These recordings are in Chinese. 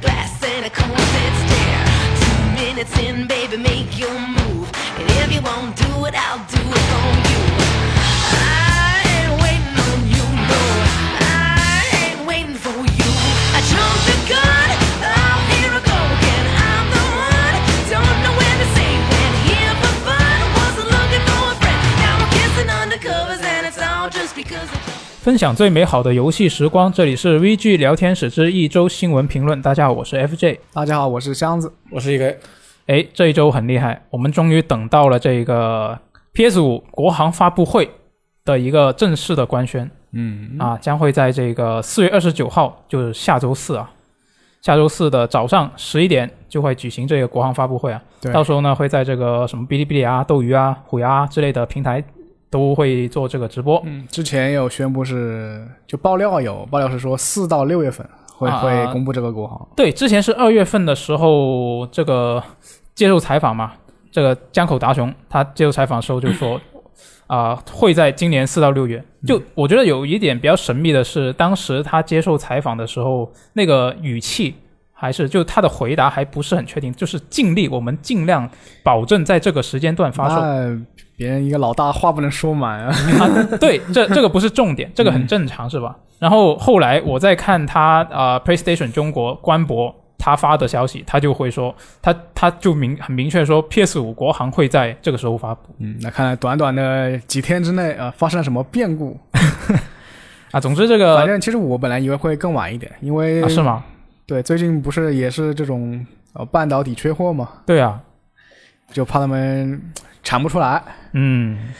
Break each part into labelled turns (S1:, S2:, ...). S1: glass and a cold dead stare. Two minutes in, baby, make your move. And if you won't do it, I'll do it for you. I ain't waiting on you, no. I ain't waiting for you. I jumped the gun. Oh, here I go again. I'm the one. Don't know when to say when. Here for fun. Wasn't looking for a friend. Now we're kissing under covers, and it's all just because I.
S2: 分享最美好的游戏时光，这里是 VG 聊天室之一周新闻评论。大家好，我是 FJ。
S3: 大家好，我是箱子。
S4: 我是一个
S2: 哎，这一周很厉害，我们终于等到了这个 PS 五国行发布会的一个正式的官宣。嗯啊，将会在这个四月二十九号，就是下周四啊，下周四的早上十一点就会举行这个国行发布会啊。
S3: 对
S2: 到时候呢，会在这个什么哔哩哔哩啊、斗鱼啊、虎牙啊之类的平台都会做这个直播。
S3: 嗯，之前有宣布是就爆料有爆料是说四到六月份会、
S2: 啊
S3: 会公布这个国行。
S2: 对，之前是二月份的时候，这个接受采访嘛，这个江口达雄他接受采访的时候就说，啊、会在今年四到六月。就我觉得有一点比较神秘的是，当时他接受采访的时候，那个语气还是就他的回答还不是很确定，就是尽力，我们尽量保证在这个时间段发售。
S3: 那别人一个老大话不能说满啊。
S2: 啊，对，这这个不是重点，这个
S4: 嗯
S2: 很正常，是吧？然后后来我在看他啊、呃 PlayStation 中国官博他发的消息，他就会说，他他就明很明确说，PS 五国行会在这个时候发布
S3: 嗯，那看来短短的几天之内啊、呃发生了什么变故？
S2: 啊。总之这
S3: 反
S2: 个、
S3: 正其实我本来以为会更晚一点，因为、
S2: 啊、是吗？
S3: 对最近不是也是这种呃半导体缺货嘛，
S2: 对啊，
S3: 就怕他们产不出来。
S2: 嗯，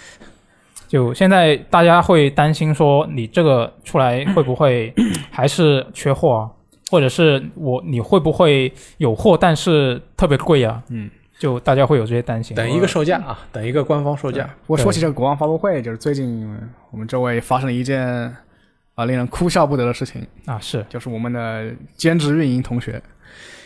S2: 就现在大家会担心说，你这个出来会不 会还是缺货啊？或者是我你会不会有货，但是特别贵啊？
S3: 嗯，
S2: 就大家会有这些担心。
S4: 等一个售价啊，等一个官方售价。
S3: 我说起这个国王发布会，就是最近我们周围发生了一件啊、令人哭笑不得的事情，
S2: 啊，是，
S3: 就是我们的兼职运营同学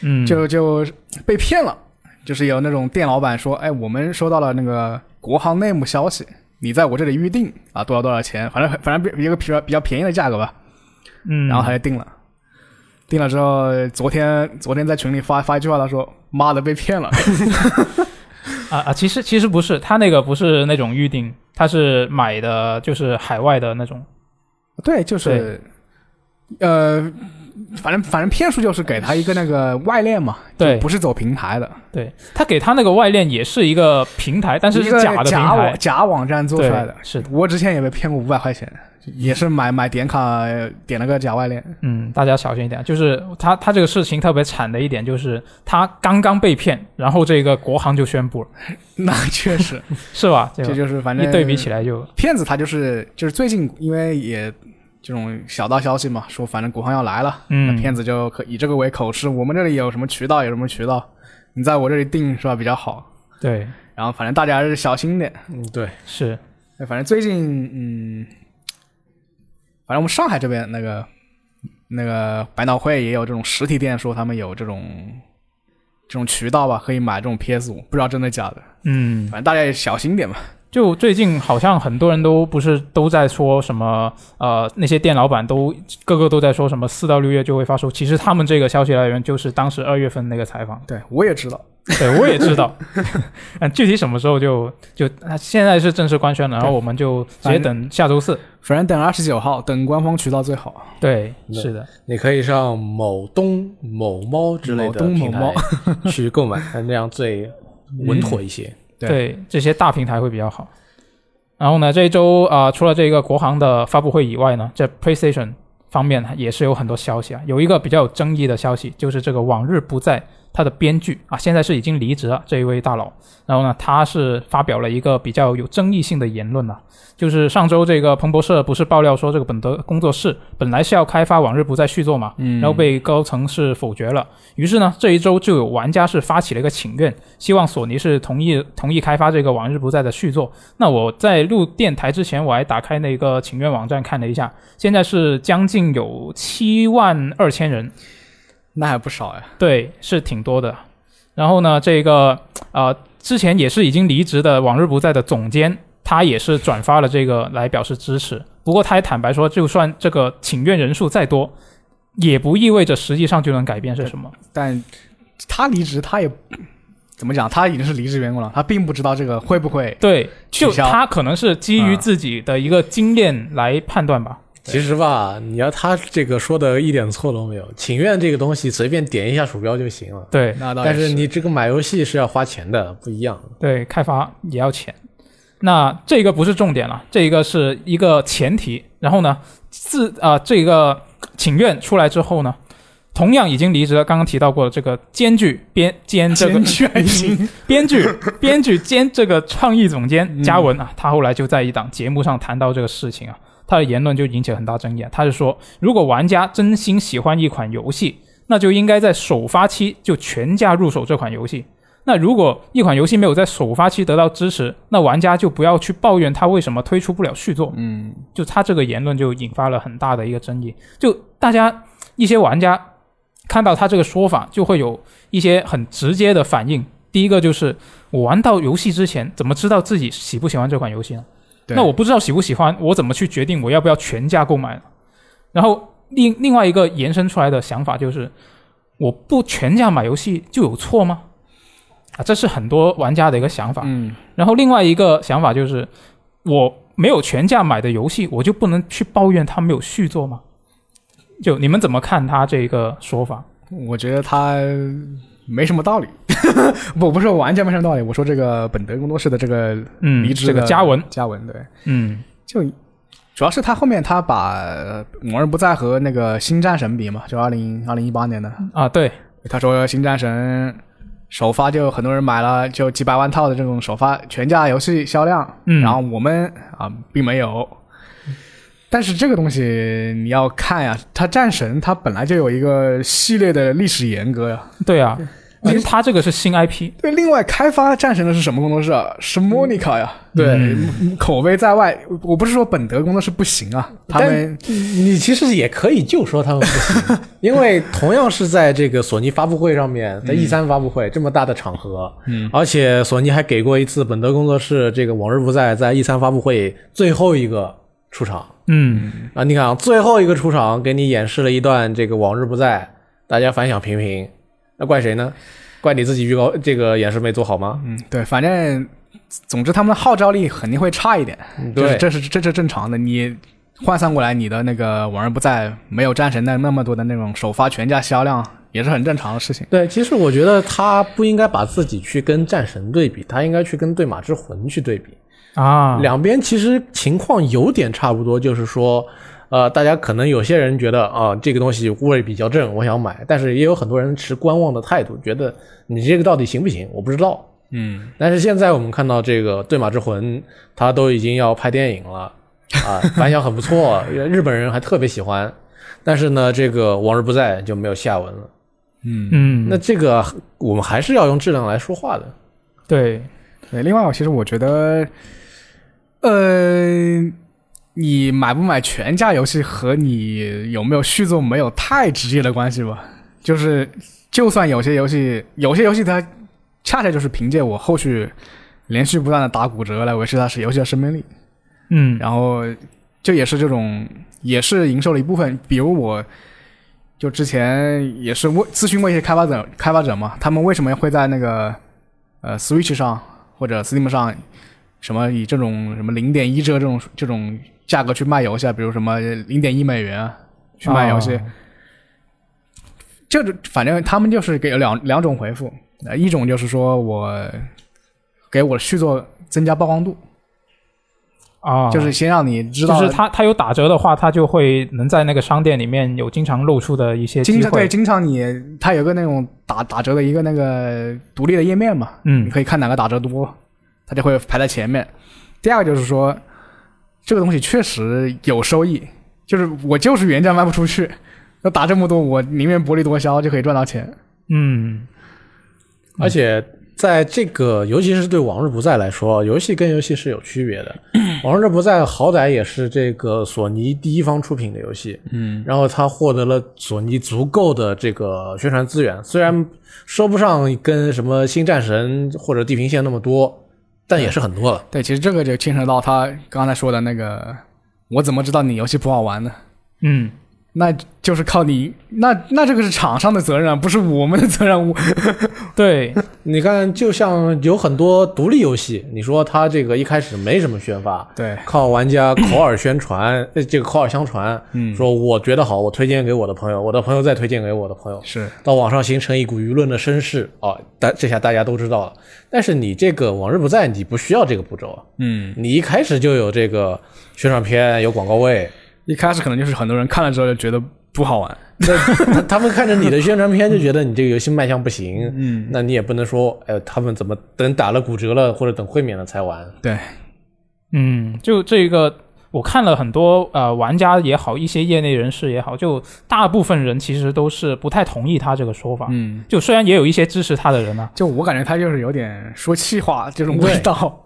S2: 嗯，
S3: 就就被骗了，就是有那种店老板说，哎，我们收到了那个国行内幕消息，你在我这里预定啊，多少多少钱，反正反正比一个比较比较便宜的价格吧，
S2: 嗯，
S3: 然后他就定了。定了之后，昨天昨天在群里发发一句话，他说：“妈的，被 骗了。
S2: 啊啊，其实其实不是，他那个不是那种预定，他是买的就是海外的那种，”
S3: 对，就是，呃，反正反正骗术就是给他一个那个外链嘛，
S2: 对
S3: 不是走平台的，
S2: 对，他给他那个外链也是一个平台，但是
S3: 一
S2: 是
S3: 个
S2: 假的平
S3: 假
S2: 台
S3: 网，假网站做出来的
S2: 对。是的，
S3: 我之前也被骗过五百块钱，也是买买点卡点了个假外链，
S2: 嗯，大家小心一点，就是他他这个事情特别惨的一点就是他刚刚被骗，然后这个国行就宣布了，
S3: 那确实，
S2: 是吧？这
S3: 这
S2: 个
S3: 就是反正
S2: 一 对比起来就
S3: 骗子他就是就是最近因为也这种小道消息嘛，说反正国行要来了，
S2: 嗯
S3: 那骗子就可以这个为口实，我们这里有什么渠道有什么渠道，你在我这里订是吧比较好。
S2: 对
S3: 然后反正大家还是小心点，
S4: 嗯，对，
S2: 是
S3: 哎反正最近嗯，反正我们上海这边那个那个百脑汇也有这种实体店，说他们有这种这种渠道吧，可以买这种 PS 五，不知道真的假的，
S2: 嗯。
S3: 反正大家也小心点嘛。，
S2: 就最近好像很多人都不是都在说什么，呃，那些店老板都个个都在说什么四到六月就会发售。其实他们这个消息来源就是当时二月份那个采访
S3: 对，我也知道，
S2: 对我也知道， 嗯，具体什么时候就就啊现在是正式官宣了，然后我们就直接等下周四。
S3: 反正等二十九号，等官方渠道最好。
S2: 对，
S4: 对
S2: 是的，
S4: 你可以上某东、某猫之类的
S3: 某东
S4: 平
S3: 某嗯
S4: 台 去购买，那样最稳妥 一些。
S3: 对
S2: 对这些大平台会比较好。然后呢，这一周啊、除了这个国行的发布会以外呢，这 PlayStation 方面也是有很多消息啊。有一个比较有争议的消息，就是这个《往日不在》他的编剧啊，现在是已经离职了这一位大佬。然后呢，他是发表了一个比较有争议性的言论啊，就是上周这个彭博社不是爆料说，这个本德工作室本来是要开发《往日不在》续作嘛，
S3: 嗯
S2: 然后被高层是否决了。于是呢，这一周就有玩家是发起了一个请愿，希望索尼是同意同意开发这个《往日不再》的续作。那我在录电台之前，我还打开那个请愿网站看了一下，现在是将近有七万二千人，
S3: 那还不少呀。
S2: 对，是挺多的。然后呢，这个呃，之前也是已经离职的《往日不再》的总监，他也是转发了这个来表示支持。不过他也坦白说，就算这个请愿人数再多，也不意味着实际上就能改变是什么。
S3: 但他离职，他也怎么讲？他已经是离职员工了，他并不知道这个会不会
S2: 对，就
S3: 取消
S2: 他可能是基于
S3: 嗯
S2: 自己的一个经验来判断吧。
S4: 其实吧，你要他这个说的一点错都没有，请愿这个东西随便点一下鼠标就行了。
S2: 对
S3: 那倒也
S4: 但是你这个买游戏是要花钱的，不一样。
S2: 对，开发也要钱。那这个不是重点了，这个是一个前提。然后呢，自啊、这个请愿出来之后呢，同样已经离职了，刚刚提到过的这个编剧编兼这个
S3: 坚决行，
S2: 编剧编剧兼这个创意总监嘉文啊，他后来就在一档节目上谈到这个事情啊，他的言论就引起了很大争议啊。他是说，如果玩家真心喜欢一款游戏，那就应该在首发期就全价入手这款游戏。那如果一款游戏没有在首发期得到支持，那玩家就不要去抱怨他为什么推出不了续作。
S3: 嗯，
S2: 就他这个言论就引发了很大的一个争议，就大家一些玩家看到他这个说法，就会有一些很直接的反应。第一个就是我玩到游戏之前，怎么知道自己喜不喜欢这款游戏呢？
S3: 对
S2: 那我不知道喜不喜欢，我怎么去决定我要不要全价购买呢？然后另另外一个延伸出来的想法就是，我不全价买游戏就有错吗？啊，这是很多玩家的一个想法。
S3: 嗯，
S2: 然后另外一个想法就是，我没有全价买的游戏，我就不能去抱怨它没有续作吗？就你们怎么看他这个说法？
S3: 我觉得他没什么道理。 不，我不是说玩家没什么道理，我说这个本德工作室的这个
S2: 嗯，
S3: 离职
S2: 这
S3: 的
S2: 个嘉文，
S3: 嘉文对，
S2: 嗯，
S3: 就主要是他后面他把呃《往日不再》和那个《新战神》比嘛，就二零二零一八年的，
S2: 啊，对，
S3: 他说《新战神》首发就很多人买了，就几百万套的这种首发全价游戏销量，
S2: 嗯
S3: 然后我们啊并没有。但是这个东西你要看呀，它战神它本来就有一个系列的历史沿革呀。
S2: 对啊，因为他这个是新 IP，
S3: 对，另外开发战神的是什么工作室啊？是莫妮卡呀。
S4: 对，
S3: 嗯口碑在外，我我不是说本德工作室不行啊，他
S4: 但
S3: 们
S4: 你其实也可以就说他们不行，因为同样是在这个索尼发布会上面，在 E 三发布会这么大的场合，嗯，而且索尼还给过一次本德工作室这个往日不再在 E 三发布会最后一个出场
S2: 嗯，
S4: 啊，你看啊，最后一个出场给你演示了一段这个往日不再，大家反响平平，那怪谁呢？怪你自己预告这个演示没做好吗？
S3: 嗯，对，反正总之他们的号召力肯定会差一点，这是
S4: 对
S3: 这是这是正常的。你换算过来，你的那个往日不再没有战神的那么多的那种首发全价销量，也是很正常的事情。
S4: 对，其实我觉得他不应该把自己去跟战神对比，他应该去跟对马之魂去对比。
S2: 啊，
S4: 两边其实情况有点差不多，就是说，呃，大家可能有些人觉得啊、这个东西味比较正，我想买，但是也有很多人持观望的态度，觉得你这个到底行不行，我不知道。
S3: 嗯，
S4: 但是现在我们看到这个《对马之魂》，它都已经要拍电影了啊，反响很不错， 日本人还特别喜欢。但是呢，这个《往日不再》就没有下文了。
S2: 嗯，
S4: 那这个我们还是要用质量来说话的。
S2: 对，
S3: 对。另外，我其实我觉得，呃，你买不买全价游戏和你有没有续作没有太直接的关系吧。就是，就算有些游戏，有些游戏它恰恰就是凭借我后续连续不断的打骨折来维持它是游戏的生命力。
S2: 嗯，
S3: 然后这也是这种也是营收的一部分。比如我就之前也是问咨询过一些开发者开发者嘛，他们为什么会在那个呃 Switch 上或者 Steam 上什么以这种什么零点一折这种这种价格去卖游戏啊，比如什么零点一美元啊去卖游戏。
S2: 啊
S3: 这种反正他们就是给有两两种回复，呃，一种就是说我给我的续作增加曝光度，
S2: 啊，
S3: 就是先让你知道
S2: 就是他他有打折的话，他就会能在那个商店里面有经常露出的一些
S3: 经
S2: 机
S3: 常对，
S2: 会，
S3: 经常你它有个那种打打折的一个那个独立的页面嘛，你
S2: 嗯
S3: 可以看哪个打折多，它就会排在前面。第二个就是说，这个东西确实有收益，就是我就是原价卖不出去，那打这么多，我宁愿薄利多销就可以赚到钱。
S2: 嗯，
S4: 而且在这个，尤其是对《往日不再》来说，游戏跟游戏是有区别的。《往日不再》好歹也是这个索尼第一方出品的游戏，嗯，然后它获得了索尼足够的这个宣传资源，虽然说不上跟什么《新战神》或者《地平线》那么多，但也是很多了。
S3: 对，其实这个就牵扯到他刚才说的那个，我怎么知道你游戏不好玩呢？
S2: 嗯，
S3: 那就是靠你，那那这个是厂商的责任啊，不是我们的责任。我
S2: 对，
S4: 你看，就像有很多独立游戏，你说它这个一开始没什么宣发，
S3: 对
S4: 靠玩家口耳宣 传，呃这个口耳相传，嗯，说我觉得好，我推荐给我的朋友，我的朋友再推荐给我的朋友，
S3: 是
S4: 到网上形成一股舆论的声势啊，大这下大家都知道了。但是你这个往日不在，你不需要这个步骤，啊
S3: 嗯，
S4: 你一开始就有这个宣传片，有广告 位，
S3: 一开始可能就是很多人看了之后就觉得不好玩，
S4: 那他他们看着你的宣传片就觉得你这个游戏卖相不行，嗯，那你也不能说，哎呦，他们怎么等打了骨折了或者等会免了才玩？
S3: 对，
S2: 嗯，就这个，我看了很多呃玩家也好，一些业内人士也好，就大部分人其实都是不太同意他这个说法。
S3: 嗯，
S2: 就虽然也有一些支持他的人啊，
S3: 就我感觉他就是有点说气话这种味道，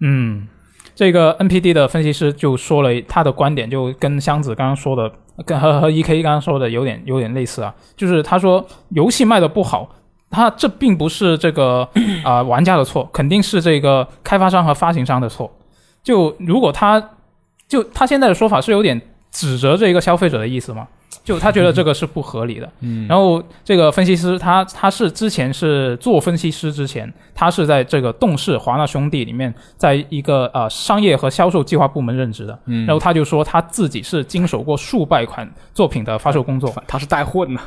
S2: 嗯，这个 NPD 的分析师就说了他的观点，就跟箱子刚刚说的，跟和和 EK 刚刚说的有点有点类似啊，就是他说游戏卖的不好。他这并不是这个啊、玩家的错，肯定是这个开发商和发行商的错。就如果他就他现在的说法是有点指责这个消费者的意思嘛，就他觉得这个是不合理的。
S3: 嗯
S2: 然后这个分析师他他是之前是做分析师之前，他是在这个动视华纳兄弟里面，在一个呃商业和销售计划部门任职的。
S3: 嗯
S2: 然后他就说他自己是经手过数百款作品的发售工作，
S3: 他是带货的呢，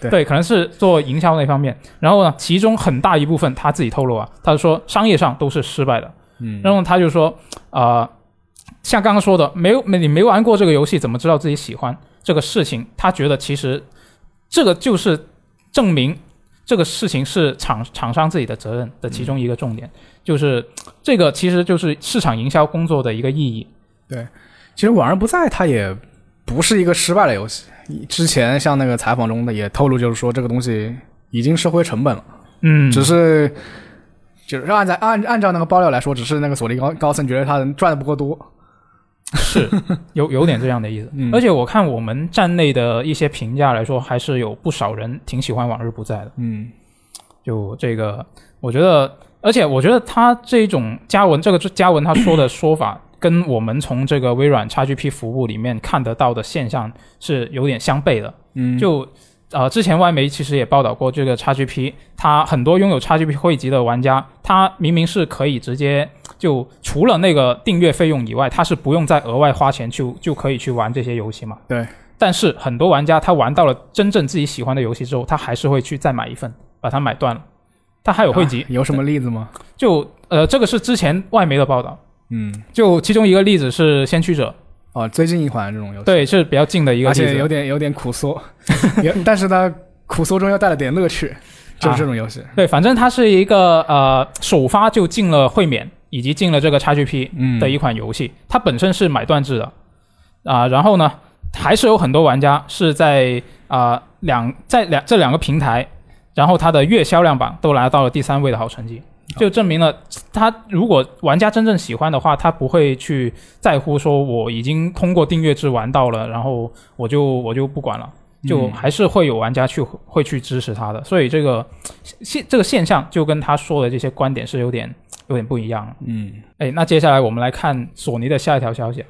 S3: 对
S2: 对，可能是做营销那方面。然后呢，其中很大一部分他自己透露啊，他说商业上都是失败的。
S3: 嗯
S2: 然后他就说，啊，像刚刚说的，没有没你没玩过这个游戏，怎么知道自己喜欢这个事情？他觉得其实这个就是证明这个事情是厂厂商自己的责任的其
S3: 嗯
S2: 中一个重点，就是这个其实就是市场营销工作的一个意义。
S3: 其实《往而不在》它也不是一个失败的游戏，之前像那个采访中的也透露，就是说这个东西已经收回成本了，
S2: 嗯，
S3: 只是就是按照按按照那个爆料来说，只是那个索尼高高层觉得他赚的不够多，
S2: 是 有有点这样的意思。
S3: 嗯
S2: 而且我看我们站内的一些评价来说，还是有不少人挺喜欢《往日不在》的。
S3: 嗯
S2: 就这个，我觉得，而且我觉得他这种嘉文，这个嘉文他说的说法，跟我们从这个微软 XGP 服务里面看得到的现象是有点相悖的。
S3: 嗯
S2: 就呃，之前外媒其实也报道过这个 XGP，它很多拥有 XGP 会籍的玩家，他明明是可以直接就除了那个订阅费用以外，他是不用再额外花钱去就可以去玩这些游戏嘛。
S3: 对。
S2: 但是很多玩家他玩到了真正自己喜欢的游戏之后，他还是会去再买一份，把它买断了。他还有会籍，
S3: 啊有什么例子吗？
S2: 就呃，这个是之前外媒的报道。
S3: 嗯，
S2: 就其中一个例子是《先驱者
S3: 哦，最近一款这种游》，戏，
S2: 对，是比较近的一个
S3: 而
S2: 例子。
S3: 且有点有点苦缩， 也但是呢，苦缩中又带了点乐
S2: 啊
S3: 趣，就是这种游戏。
S2: 对，反正它是一个呃首发就进了会免以及进了这个 XGP
S3: 嗯
S2: 的一款游戏，它本身是买断制的啊、然后呢，还是有很多玩家是在啊、两在两这两个平台，然后它的月销量榜都拿到了第三位的好成绩。
S3: 哦
S2: 就证明了，他如果玩家真正喜欢的话，他不会去在乎说我已经通过订阅制玩到了，然后我就我就不管了，就
S3: 嗯
S2: 还是会有玩家去会去支持他的。所以这个现这个现象就跟他说的这些观点是有点有点不一样。
S3: 嗯，
S2: 哎，那接下来我们来看索尼的下一条消息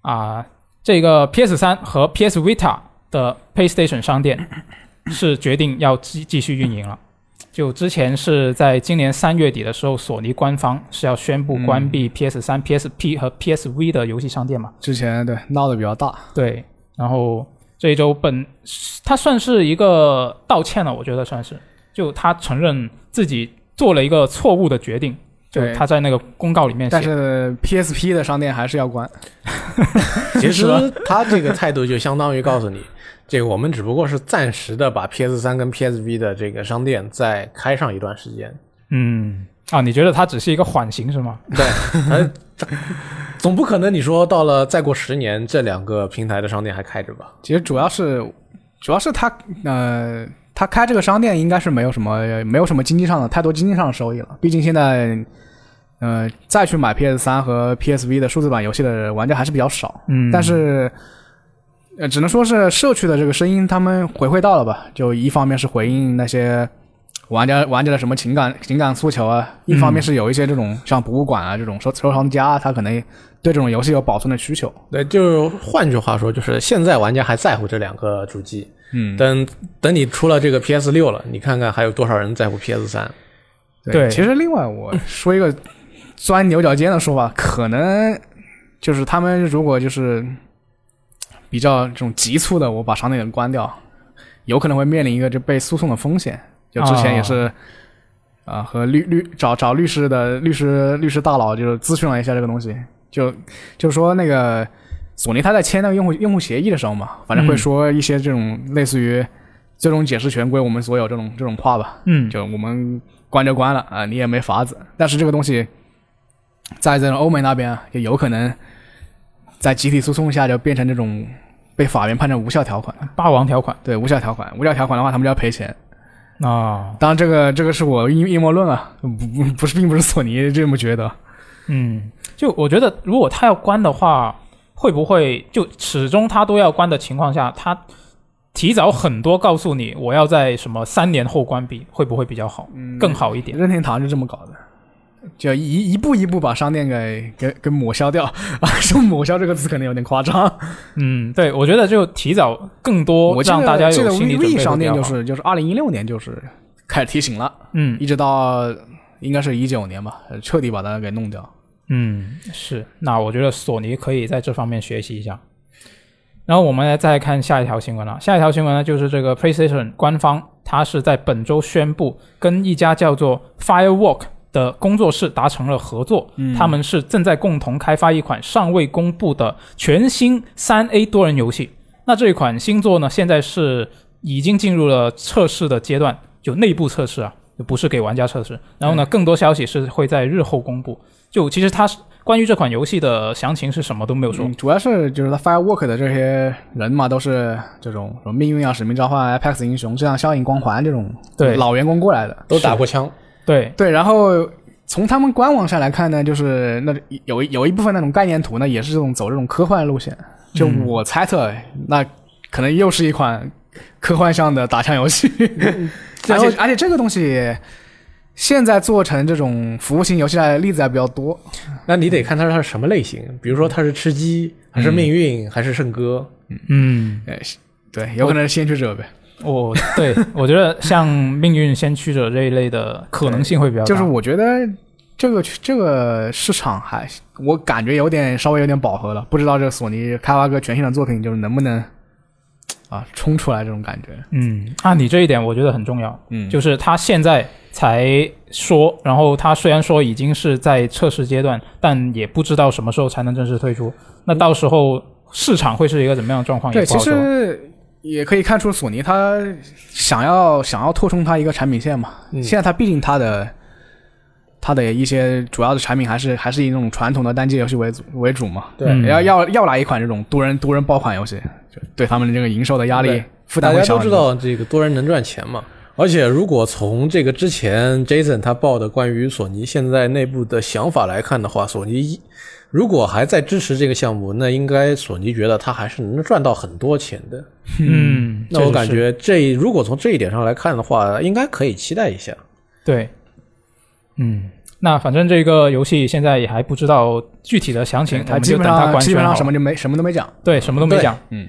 S2: 啊，啊，这个 PS 三和 PS Vita 的 PlayStation 商店 是决定要继继续运营了。就之前是在今年三月底的时候，索尼官方是要宣布关
S3: 嗯
S2: 闭 PS 三、PSP 和 PSV 的游戏商店嘛？
S3: 之前对闹得比较大，
S2: 对，然后这一周本他算是一个道歉了，我觉得算是，就他承认自己做了一个错误的决定，就
S3: 对
S2: 他在那个公告里面写
S3: 但是 PSP 的商店还是要关。
S4: 其实他这个态度就相当于告诉你， 这个我们只不过是暂时的把 PS 三跟 PSV 的这个商店再开上一段时间，
S2: 嗯，啊，你觉得它只是一个缓刑是吗？
S4: 对，它总不可能你说到了再过十年这两个平台的商店还开着吧？
S3: 其实主要是，主要是他呃，他开这个商店应该是没有什么没有什么经济上的太多经济上的收益了。毕竟现在，呃，再去买 PS 三和 PSV 的数字版游戏的玩家还是比较少。
S2: 嗯
S3: 但是，呃，只能说是社区的这个声音他们回馈到了吧。就一方面是回应那些玩家玩家的什么情感情感诉求啊。一方面是有一些这种像博物馆啊这种收收藏家，他可能对这种游戏有保存的需求。
S4: 对，就换句话说，就是现在玩家还在乎这两个主机，嗯，等等你出了这个 PS 六了，你看看还有多少人在乎 PS 三？
S2: 对
S3: 其实另外我说一个钻牛角尖的说法，可能就是他们如果就是比较这种急促的，我把商店给关掉，有可能会面临一个就被诉讼的风险。就之前也是啊、和律律找找律师的律师律师大佬就是咨询了一下这个东西，就就说那个索尼他在签那个用户用户协议的时候嘛，反正会说一些这种类似于最终解释权归我们所有这种这种话吧。
S2: 嗯，
S3: 就我们关就关了啊，你也没法子。但是这个东西在这种欧美那边啊，也有可能在集体诉讼下就变成这种被法院判成无效条款。
S2: 霸王条款
S3: 对，无效条款，无效条款的话，他们就要赔钱。
S2: 啊，
S3: 当然，这个这个是我阴阴谋论啊，不不不是，并不是索尼这么觉得。
S2: 嗯，就我觉得如果他要关的话，会不会就始终他都要关的情况下，他提早很多告诉你我要在什么三年后关闭，会不会比较好，更好一点？
S3: 任天堂就这么搞的，就一一步一步把商店给给给抹消掉。啊，说抹消这个词可能有点夸张。
S2: 嗯，对，我觉得就提早更多
S3: 我记得
S2: 让大家
S3: 记
S2: 有
S3: 得
S2: 心理准备
S3: V V
S2: 会
S3: 商
S2: 比
S3: 店
S2: 较
S3: 就
S2: 好。
S3: 是就是二零一六年就是开始提醒了。
S2: 嗯
S3: 一直到应该是一九年吧，呃彻底把它给弄掉。
S2: 嗯，是。那我觉得索尼可以在这方面学习一下。然后我们来再看下一条新闻了。啊下一条新闻呢，就是这个 PlayStation 官方，它是在本周宣布跟一家叫做 Firewalk 的工作室达成了合作，他们是正在共同开发一款尚未公布的全新三 A 多人游戏。那这一款新作呢，现在是已经进入了测试的阶段，就内部测试啊，就不是给玩家测试。然后呢，更多消息是会在日后公布。就其实它是关于这款游戏的详情是什么都没有说
S3: 嗯，，主要是就是他 Firewalk 的这些人嘛，都是这种什么命运啊、使命召唤、Apex 英雄这样效应光环这种
S2: 对
S3: 老员工过来的。
S4: 都打过枪，
S2: 对，
S3: 对，然后从他们官网上来看呢，就是那有有一部分那种概念图呢，也是这种走这种科幻路线。就
S4: 嗯
S3: 我猜测，那可能又是一款科幻向的打枪游戏。而
S4: 嗯然后
S3: 且 而且这个东西现在做成这种服务型游戏的例子还比较多。
S4: 那你得看它是什么类型，比如说它是吃鸡，还是命运，还是圣歌。
S2: 嗯，
S3: 哎，是对，有可能是先驱者呗。
S2: 我哦对我觉得像命运先驱者这一类的可能性会比较大，
S3: 就是我觉得这个这个市场还，我感觉有点稍微有点饱和了，不知道这索尼开发个全新的作品，就是能不能啊冲出来这种感觉。
S2: 嗯，啊，你这一点我觉得很重要，
S3: 嗯就
S2: 就是他现在才说，然后他虽然说已经是在测试阶段，但也不知道什么时候才能正式推出，那到时候市场会是一个怎么样的状况
S3: 对，
S2: 也不
S3: 其
S2: 好说，
S3: 实也可以看出索尼它想要想要扩充它一个产品线嘛。
S4: 嗯
S3: 现在它毕竟它的。它的一些主要的产品还是还是以那种传统的单机游戏为主为主嘛，
S4: 对
S2: 嗯
S3: 要要要来一款这种多人多人爆款游戏，就对他们的这个营收的压力
S4: 对
S3: 负担
S4: 大
S3: 会
S4: 家
S3: 小
S4: 都
S3: 很
S4: 知
S3: 多。
S4: 道这个多人能赚钱嘛。而且，如果从这个之前 Jason 他报的关于索尼现在内部的想法来看的话，索尼一如果还在支持这个项目，那应该索尼觉得他还是能赚到很多钱的。
S2: 嗯，
S4: 那我
S2: 确实
S4: 感
S2: 是
S4: 觉这如果从这一点上来看的话，应该可以期待一下。
S2: 对，嗯，那反正这个游戏现在也还不知道具体的详情，我
S3: 他
S2: 们
S3: 哎基
S2: 就
S3: 本
S2: 等它
S3: 上
S2: 官
S3: 基
S2: 宣
S3: 本
S2: 好
S3: 上
S2: 了
S3: 什么就没什么都没讲。
S2: 对，什么都没
S4: 对
S2: 讲。
S3: 嗯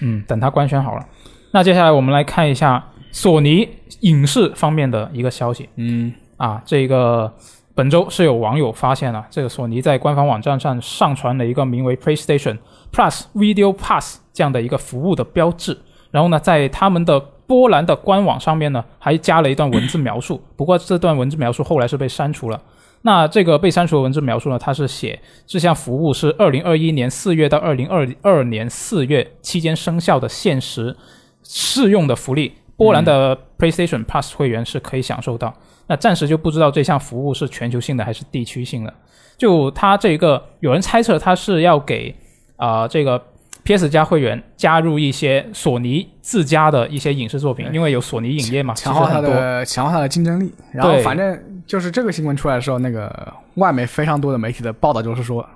S2: 嗯，等它官宣好了。那接下来我们来看一下索尼影视方面的一个消息
S3: 嗯，
S2: 啊，这个本周是有网友发现了，这个索尼在官方网站上上传了一个名为 PlayStation Plus Video Pass 这样的一个服务的标志。然后呢，在他们的波兰的官网上面呢，还加了一段文字描述，不过这段文字描述后来是被删除了。那这个被删除的文字描述呢，它是写这项服务是二零二一年四月到二零二二年四月期间生效的限时适用的福利，波兰
S3: 嗯
S2: 的 PlayStation Plus 会员是可以享受到。那暂时就不知道这项服务是全球性的还是地区性的。就它这个，有人猜测它是要给啊、呃这个 PS 加会员加入一些索尼自家的一些影视作品，因为有索尼影业嘛，
S3: 强
S2: 其实
S3: 化它
S2: 很多
S3: 的强化它的竞争力。然后
S2: 对
S3: 反正就是这个新闻出来的时候，那个外媒非常多的媒体的报道就是说，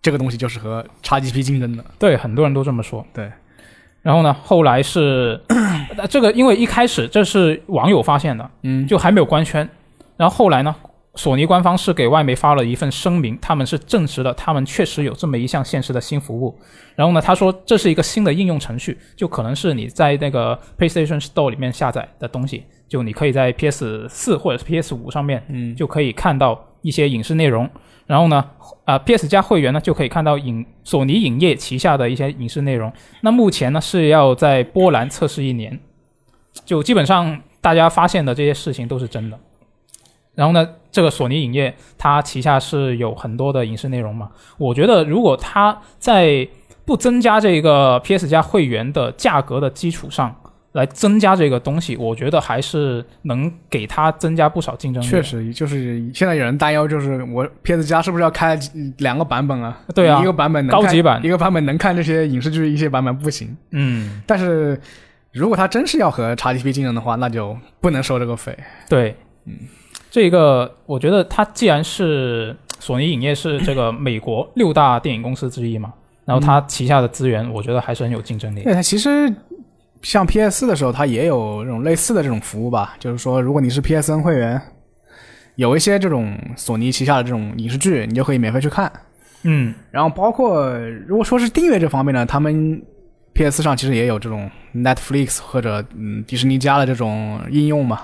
S3: 这个东西就是和 XGP 竞争的。
S2: 对很多人都这么说。
S3: 对，
S2: 然后呢，后来是呃这个，因为一开始这是网友发现的，
S3: 嗯，
S2: 就还没有官宣。然后后来呢，索尼官方是给外媒发了一份声明，他们是证实了他们确实有这么一项现实的新服务。然后呢，他说这是一个新的应用程序，就可能是你在那个 PlayStation Store 里面下载的东西，就你可以在 PS 四或者是 PS 五上面，嗯，就可以看到一些影视内容。然后呢，啊、p s 加会员呢就可以看到影索尼影业旗下的一些影视内容。那目前呢是要在波兰测试一年，就基本上大家发现的这些事情都是真的。然后呢，这个索尼影业它旗下是有很多的影视内容嘛，我觉得如果它在不增加这个 PS 加会员的价格的基础上来增加这个东西，我觉得还是能给它增加不少竞争力。
S3: 确，实，就是现在有人担忧，就是我 PS 加是不是要开几两个版本啊？
S2: 对啊
S3: 一个版本能
S2: 高
S3: 看
S2: 级版
S3: 一个版本能看这些影视剧，一些版本不行。
S2: 嗯。
S3: 但是如果他真是要和 XGP 竞争的话，那就不能收这个费。
S2: 对，嗯，这个我觉得它既然是索尼影业是这个美国六大电影公司之一嘛，然后它旗下的资源，我觉得还是很有竞争力。
S3: 对，它其实像 PS 的时候，它也有这种类似的这种服务吧，就是说，如果你是 PSN 会员，有一些这种索尼旗下的这种影视剧，你就可以免费去看。
S2: 嗯，
S3: 然后包括如果说是订阅这方面呢，他们 PS 上其实也有这种 Netflix 或者嗯迪士尼家的这种应用嘛。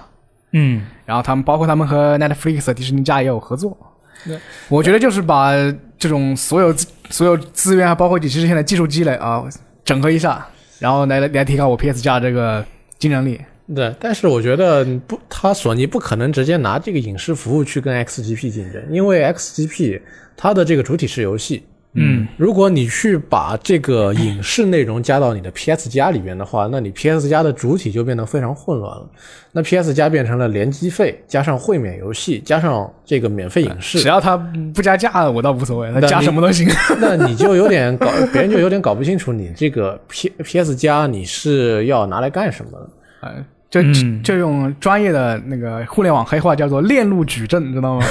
S2: 嗯，
S3: 然后他们包括他们和 Netflix、迪士尼家也有合作
S2: 对。
S3: 我觉得就是把这种所有资所有资源，还包括你之前的技术积累啊，整合一下，然后来来提高我 PS 加这个竞争力。
S4: 对，但是我觉得不，他索尼不可能直接拿这个影视服务去跟 XGP 竞争，因为 XGP 它的这个主体是游戏。
S2: 嗯，
S4: 如果你去把这个影视内容加到你的 PS 加里边的话，那你 PS 加的主体就变得非常混乱了。那 PS 加变成了联机费加上会免游戏加上这个免费影视，
S3: 只要它不加价，我倒无所谓，它
S4: 那
S3: 加
S4: 你
S3: 什么都行。
S4: 那你就有点搞，别人就有点搞不清楚你这个 P P S 加你是要拿来干什么的。
S3: 就
S2: 嗯
S3: 就用专业的那个互联网黑话叫做链路矩阵，知道 吗？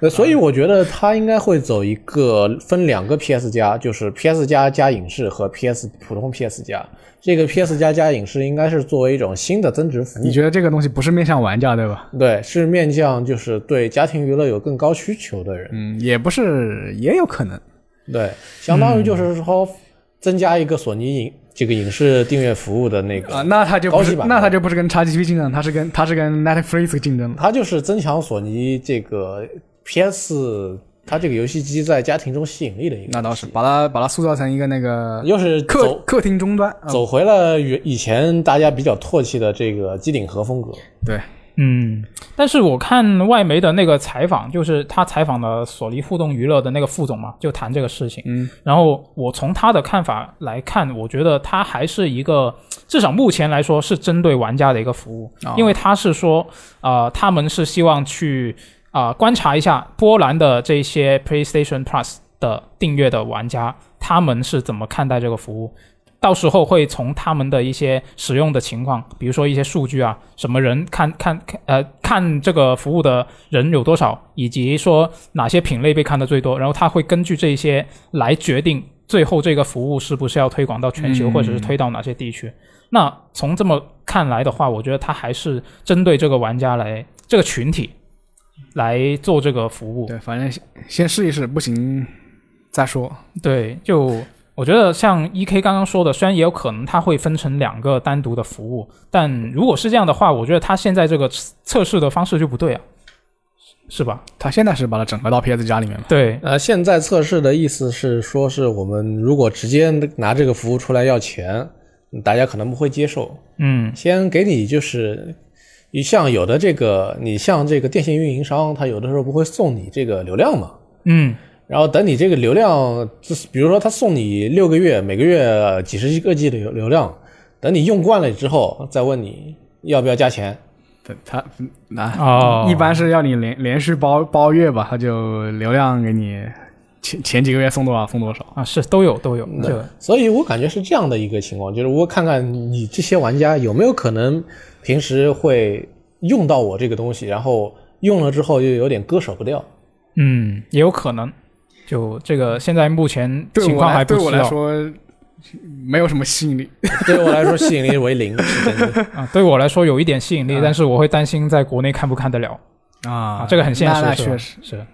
S4: 呃所以我觉得他应该会走一个分两个 P S 加，就是 P S 加加影视和 P S 普通 P S 加。这个 P S 加加影视应该是作为一种新的增值服务。
S3: 你觉得这个东西不是面向玩家对吧？
S4: 对，是面向就是对家庭娱乐有更高需求的人。
S3: 嗯，也不是，也有可能。
S4: 对，相当于就是
S3: 嗯
S4: 说增加一个索尼影这个影视订阅服务的那个
S3: 啊，那他就不
S4: 高
S3: 是
S4: 级，版的
S3: 那他就不是跟 XGP 竞争，他是跟他是跟 Netflix 竞争了。
S4: 它就是增强索尼这个 PS 它这个游戏机在家庭中吸引力的一个。
S3: 那倒是，，把它把它塑造成一个那个
S4: 又是
S3: 客
S4: 走
S3: 客厅终端。啊
S4: 走回了原以前大家比较唾弃的这个机顶盒风格。
S3: 对，
S2: 嗯，但是我看外媒的那个采访，就是他采访了索尼互动娱乐的那个副总嘛，就谈这个事情。
S3: 嗯，
S2: 然后我从他的看法来看，我觉得他还是一个，至少目前来说是针对玩家的一个服务，
S3: 哦
S2: 因为他是说，啊，他们是希望去啊、观察一下波兰的这些 PlayStation Plus 的订阅的玩家，他们是怎么看待这个服务。到时候会从他们的一些使用的情况，比如说一些数据啊，什么人看看看呃看这个服务的人有多少，以及说哪些品类被看的最多，然后他会根据这些来决定最后这个服务是不是要推广到全球，
S3: 嗯
S2: 或者是推到哪些地区。那从这么看来的话，我觉得他还是针对这个玩家来这个群体来做这个服务。
S3: 对，反正先先试一试，不行再说。
S2: 对，就我觉得像 E K 刚刚说的，虽然也有可能它会分成两个单独的服务，但如果是这样的话，我觉得它现在这个测测试的方式就不对啊，是吧？
S3: 他现在是把它整合到 PS 加里面嘛？
S2: 对，
S4: 呃，现在测试的意思是说，是我们如果直接拿这个服务出来要钱，大家可能不会接受。
S2: 嗯
S4: 先给你就是，你像有的这个，你像这个电信运营商，他有的时候不会送你这个流量嘛，
S2: 嗯
S4: 然后等你这个流量，就是比如说他送你六个月，每个月几十个 G 的流流量，等你用惯了之后，再问你要不要加钱。
S3: 对，他那、
S2: 哦
S3: 一般是要你连连续包包月吧，他就流量给你前前几个月送多少送多少。
S2: 啊是都有都有这个
S4: 所以我感觉是这样的一个情况，就是我看看你这些玩家有没有可能平时会用到我这个东西，然后用了之后又有点割舍不掉。
S2: 嗯也有可能，就这个现在目前
S3: 对
S2: 情
S3: 我
S2: 况
S3: 来
S2: 还不
S3: 对
S2: 知
S3: 我来
S2: 道。
S3: 说，没有什么吸引力。
S4: 对我来说吸引力为零，是真的。
S2: 啊，对我来说有一点吸引力，但是我会担心在国内看不看得了
S3: 啊
S2: 啊，这个很现实，
S3: 那那
S2: 是吧
S3: 确实
S2: 是。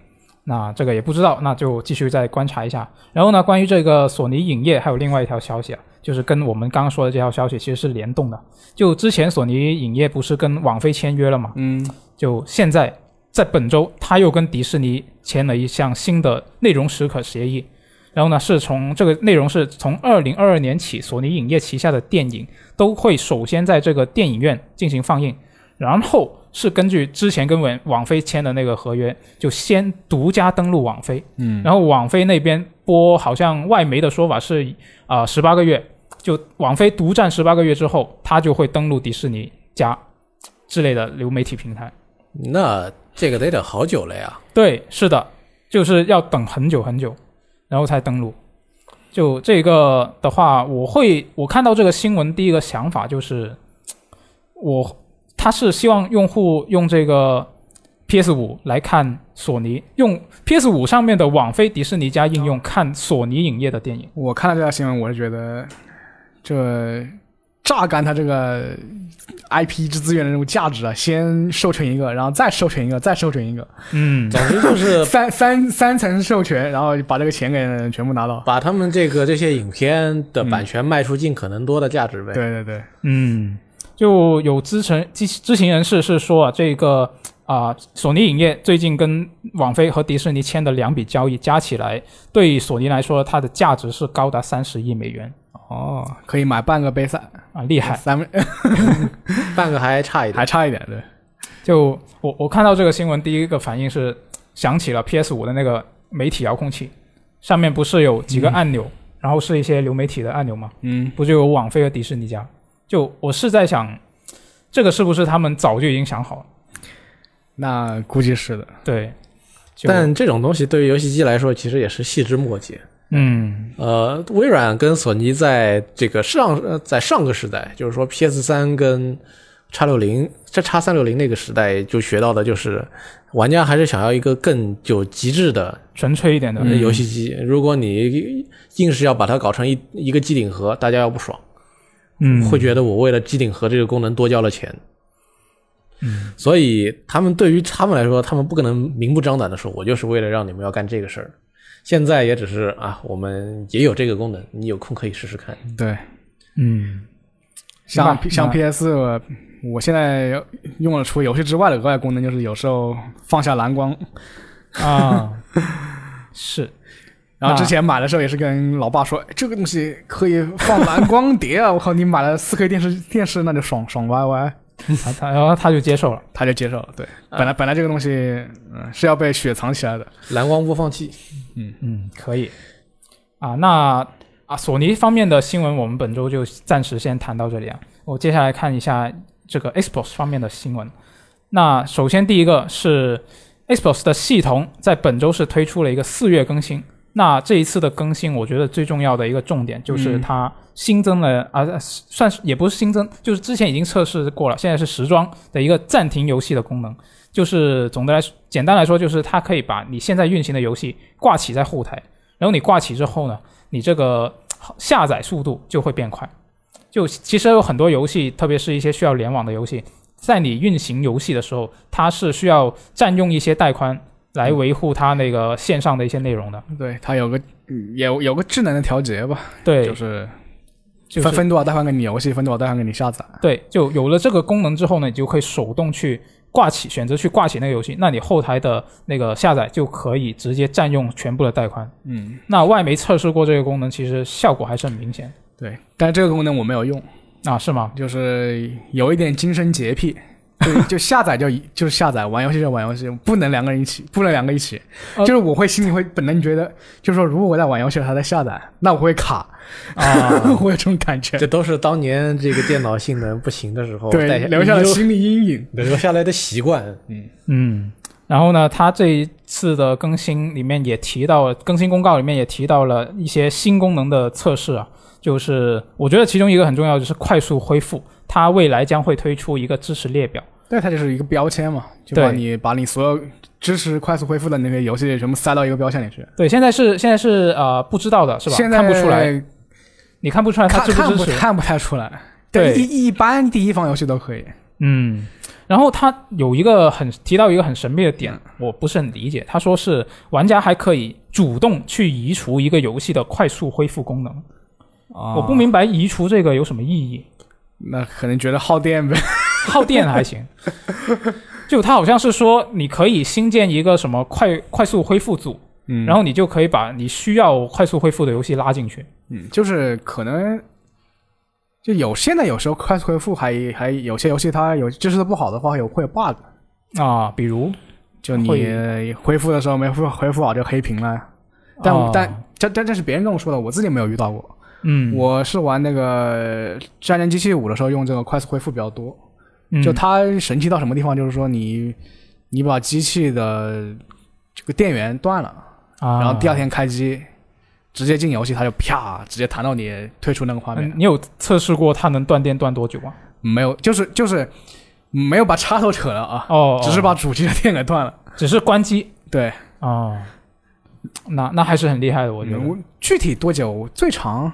S2: 那这个也不知道，那就继续再观察一下。然后呢，关于这个索尼影业还有另外一条消息啊，就是跟我们刚刚说的这条消息其实是联动的。就之前索尼影业不是跟网飞签约了嘛？
S3: 嗯
S2: 就现在在本周，他又跟迪士尼签了一项新的内容许可协议。然后呢，是从这个内容是从二零二二年起，索尼影业旗下的电影都会首先在这个电影院进行放映，然后是根据之前跟网网飞签的那个合约，就先独家登陆网飞，
S3: 嗯，
S2: 然后网飞那边播，好像外媒的说法是啊十八个月，就网飞独占十八个月之后，它就会登陆迪士尼加之类的流媒体平台。
S4: 那这个得等好久了呀。
S2: 对，是的，就是要等很久很久，然后才登录。就这个的话，我会我看到这个新闻，第一个想法就是，我他是希望用户用这个 PS 五来看索尼，用 PS 五上面的网飞迪士尼加应用看索尼影业的电影。
S3: 我看到这条新闻，我是觉得这榨干它这个 IP 之资源的这种价值啊，先授权一个，然后再授权一个，再授权一个，
S2: 嗯，
S4: 总之就是
S3: 三三三层授权，然后把这个钱给全部拿到。
S4: 把他们这个这些影片的版权卖出尽可能多的价值呗。
S3: 对对对，
S2: 嗯，就有知情知知情人士是说啊，这个啊、索尼影业最近跟网飞和迪士尼签的两笔交易加起来，对索尼来说，它的价值是高达三十亿美元
S3: 哦，可以买半个杯赛，
S2: 啊，厉害！
S3: 三分
S4: 半个还差一点。
S3: 还差一点，对，
S2: 就我我看到这个新闻，第一个反应是想起了 PS 五的那个媒体遥控器，上面不是有几个按钮，然后是一些流媒体的按钮吗？
S3: 嗯，
S2: 不就有网飞和迪士尼家？就我是在想，这个是不是他们早就已经想好了？
S3: 那估计是的。
S2: 对，就
S4: 但这种东西对于游戏机来说，其实也是细枝末节。
S2: 嗯。
S4: 呃，微软跟索尼在这个上呃在上个时代，就是说 PS 三跟叉六零这叉三六零那个时代就学到的就是，玩家还是想要一个更有极致的
S2: 纯粹一点的。
S4: 呃游
S3: 嗯
S4: 戏机。如果你硬是要把它搞成一一个机顶盒，大家要不爽，
S2: 嗯
S4: 会觉得我为了机顶盒这个功能多交了钱。嗯，所以他们对于他们来说，他们不可能明目张胆的说，我就是为了让你们要干这个事儿。现在也只是啊，我们也有这个功能，你有空可以试试看。
S3: 对，
S2: 嗯
S3: 像
S2: 那
S3: 像
S2: 那
S3: PS，我我现在用了除游戏之外的额外功能，就是有时候放下蓝光。
S2: 啊， 是
S3: 然后之
S2: 那
S3: 前买的时候也是跟老爸说，哎这个东西可以放蓝光碟啊！我 靠，你买了四 K 电视电视，那就爽爽歪歪。
S2: 他他然后他就接受了。
S3: 他就接受了，对，
S2: 啊
S3: 本来本来这个东西，嗯，是要被雪藏起来的，
S4: 蓝光播放 器，
S2: 嗯，可以啊。那啊，索尼方面的新闻我们本周就暂时先谈到这里啊。我接下来看一下这个 Xbox 方面的新闻。那首先第一个是 Xbox 的系统在本周是推出了一个四月更新。那这一次的更新，我觉得最重要的一个重点就是
S3: 嗯
S2: 它新增了、啊，算是也不是新增，就是之前已经测试过了，现在是时装的一个暂停游戏的功能。就是总的来说，简单来说，就是它可以把你现在运行的游戏挂起在后台，然后你挂起之后呢，你这个下载速度就会变快。就其实有很多游戏，特别是一些需要联网的游戏，在你运行游戏的时候，它是需要占用一些带宽来维护它那个线上的一些内容的。
S3: 对，它有个嗯有有个智能的调节吧，
S2: 对，
S3: 就是
S2: 就是
S3: 分分多少带宽给你游戏，分多少带宽给你下载。
S2: 对，就有了这个功能之后呢，你就可以手动去挂起，选择去挂起那个游戏，那你后台的那个下载就可以直接占用全部的带宽。
S3: 嗯，
S2: 那外媒测试过这个功能，其实效果还是很明显
S3: 对，但是这个功能我没有用，
S2: 啊，是吗？
S3: 就是有一点精神洁癖，就就下载就就是下载，玩游戏就玩游戏，不能两个人一起，不能两个一起。
S2: 呃
S3: 就是我会心里会本能觉得，就是说如果我在玩游戏他在下载，那我会卡，
S2: 啊，
S3: 我有这种感觉
S4: 这，都是当年这个电脑性能不行的时候带
S3: 对，留下了
S4: 遗
S3: 心理阴影。
S4: 留下来的习惯。
S2: 嗯，然后呢，它这一次的更新里面也提到，更新公告里面也提到了一些新功能的测试啊，就是我觉得其中一个很重要就是快速恢复，它未来将会推出一个支持列表。
S3: 对，它就是一个标签嘛，就把
S2: 对
S3: 你把你所有支持快速恢复的那个游戏全部塞到一个标签里去，
S2: 对，现在是现在是呃不知道的是吧？
S3: 现在
S2: 看不出来。你看不出来它
S3: 看
S2: 支
S3: 看
S2: 支
S3: 不
S2: 持。
S3: 看不太出来。
S2: 对
S3: 一一般第一方游戏都可以。
S2: 嗯，然后他有一个很提到一个很神秘的点，我不是很理解。他说是玩家还可以主动去移除一个游戏的快速恢复功能，
S3: 啊
S2: 我不，明白移除这个有什么意义，
S3: 那可能觉得耗电呗。
S2: 耗电还 行。就他好像是说，你可以新建一个什么快快速恢复组，
S3: 嗯
S2: 然后你就可以把你需要快速恢复的游戏拉进去。
S3: 嗯，就是可能就有现在有时候快速恢复还还有些游戏它有支持的不好的话有会有 bug，
S2: 啊，比如，
S3: 就你
S2: 会
S3: 恢复的时候没恢复恢复好就黑屏了。但、
S2: 啊
S3: 但这这这是别人跟我说的，我自己没有遇到过。
S2: 嗯，
S3: 我是玩那个《战争机器五》的时候用这个快速恢复比较多。
S2: 嗯
S3: 就它神奇到什么地方，就是说你你把机器的这个电源断了，
S2: 啊，
S3: 然后第二天开机，直接进游戏，它就啪直接弹到你退出那个画面
S2: 嗯，，你有测试过它能断电断多久吗？
S3: 没有，就是就是没有把插头扯了啊，
S2: 哦，
S3: 只是把主机的电给断了。
S2: 只是关机
S3: 对，
S2: 哦，那那还是很厉害的，我觉得。
S3: 我具体多久最长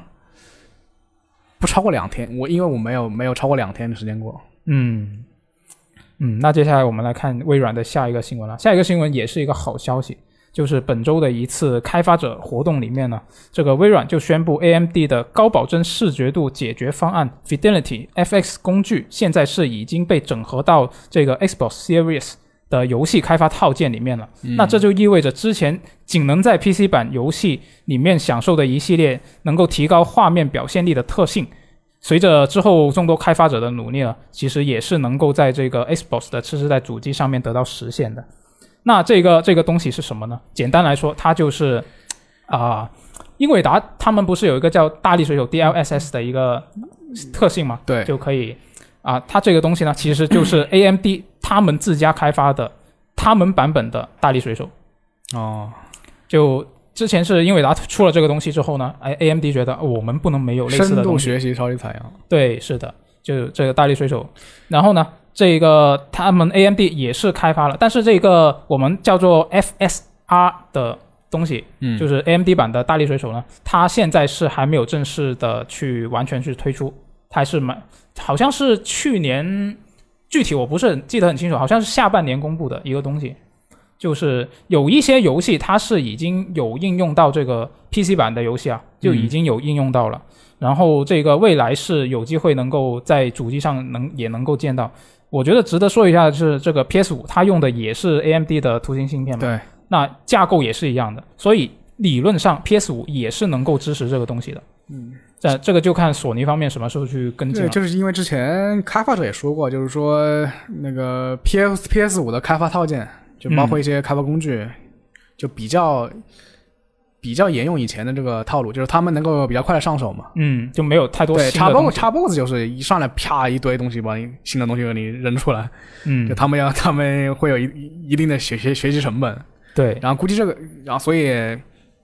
S3: 不超过两天，我因为我没有没有超过两天的时间过。
S2: 嗯嗯，那接下来我们来看微软的下一个新闻了。下一个新闻也是一个好消息，就是本周的一次开发者活动里面呢，这个微软就宣布 AMD 的高保真视觉度解决方案 Fidelity FX 工具，现在是已经被整合到这个 Xbox Series。的游戏开发套件里面了，那这就意味着之前仅能在 PC 版游戏里面享受的一系列能够提高画面表现力的特性，随着之后众多开发者的努力呢，其实也是能够在这个 Xbox 的次世代主机上面得到实现的。那这个这个东西是什么呢？简单来说，它就是啊、英伟达他们不是有一个叫大力水手 DLSS 的一个特性吗？
S3: 对
S2: 就可以啊、它这个东西呢，其实就是 AMD 他们自家开发的他们版本的大力水手。
S3: 哦，
S2: 就之前是英伟达出了这个东西之后呢，哎，AMD 觉得哦我们不能没有类似
S3: 深
S2: 的
S3: 度
S2: 东西。
S3: 学习超级啊采样。
S2: 对，是的，就这个大力水手。然后呢，这个他们 AMD 也是开发了，但是这个我们叫做 FSR 的东西，
S3: 嗯
S2: 就是 AMD 版的大力水手呢，它现在是还没有正式的去完全去推出，它还是蛮好像是去年，具体我不是很记得很清楚，好像是下半年公布的一个东西。就是有一些游戏，它是已经有应用到这个 PC 版的游戏啊，就已经有应用到了。然后这个未来是有机会能够在主机上能也能够见到。我觉得值得说一下的是，这个 PS 五它用的也是 AMD 的图形芯片嘛，
S3: 对，
S2: 那架构也是一样的，所以理论上 PS 五也是能够支持这个东西的。嗯，这这个就看索尼方面什么时候去跟进
S3: 对，
S2: 了。
S3: 就是因为之前开发者也说过，就是说那个 PS PS 五的开发套件，就包括一些开发工具，就比较比较沿用以前的这个套路，就是他们能够比较快的上手嘛。
S2: 嗯，就没有太多
S3: 对，
S2: 新的
S3: 叉
S2: 东
S3: box
S2: 西。
S3: 叉 box 就是一上来啪一堆东西把你新的东西给你扔出来，就
S2: 嗯，
S3: 他们要他们会有一一定的学学学习成本，
S2: 对，
S3: 然后估计这个，然后所以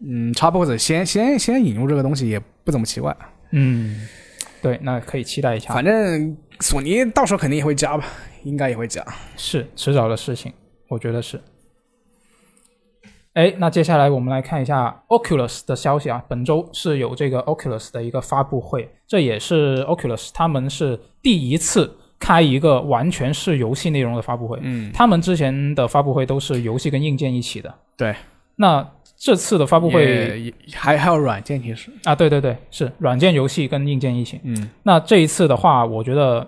S3: 嗯，叉 box 先先先引入这个东西也不怎么奇怪，
S2: 嗯，对，那可以期待一下。
S3: 反正索尼到时候肯定也会加吧，应该也会加。
S2: 是迟早的事情，我觉得是。哎，那接下来我们来看一下 Oculus 的消息啊，本周是有这个 Oculus 的一个发布会，这也是 Oculus 他们是第一次开一个完全是游戏内容的发布会。
S3: 嗯，
S2: 他们之前的发布会都是游戏跟硬件一起的，
S3: 对，
S2: 那这次的发布会
S3: 也也还还有软件其实，
S2: 啊，对对对，是软件游戏跟硬件一起。
S3: 嗯，
S2: 那这一次的话，我觉得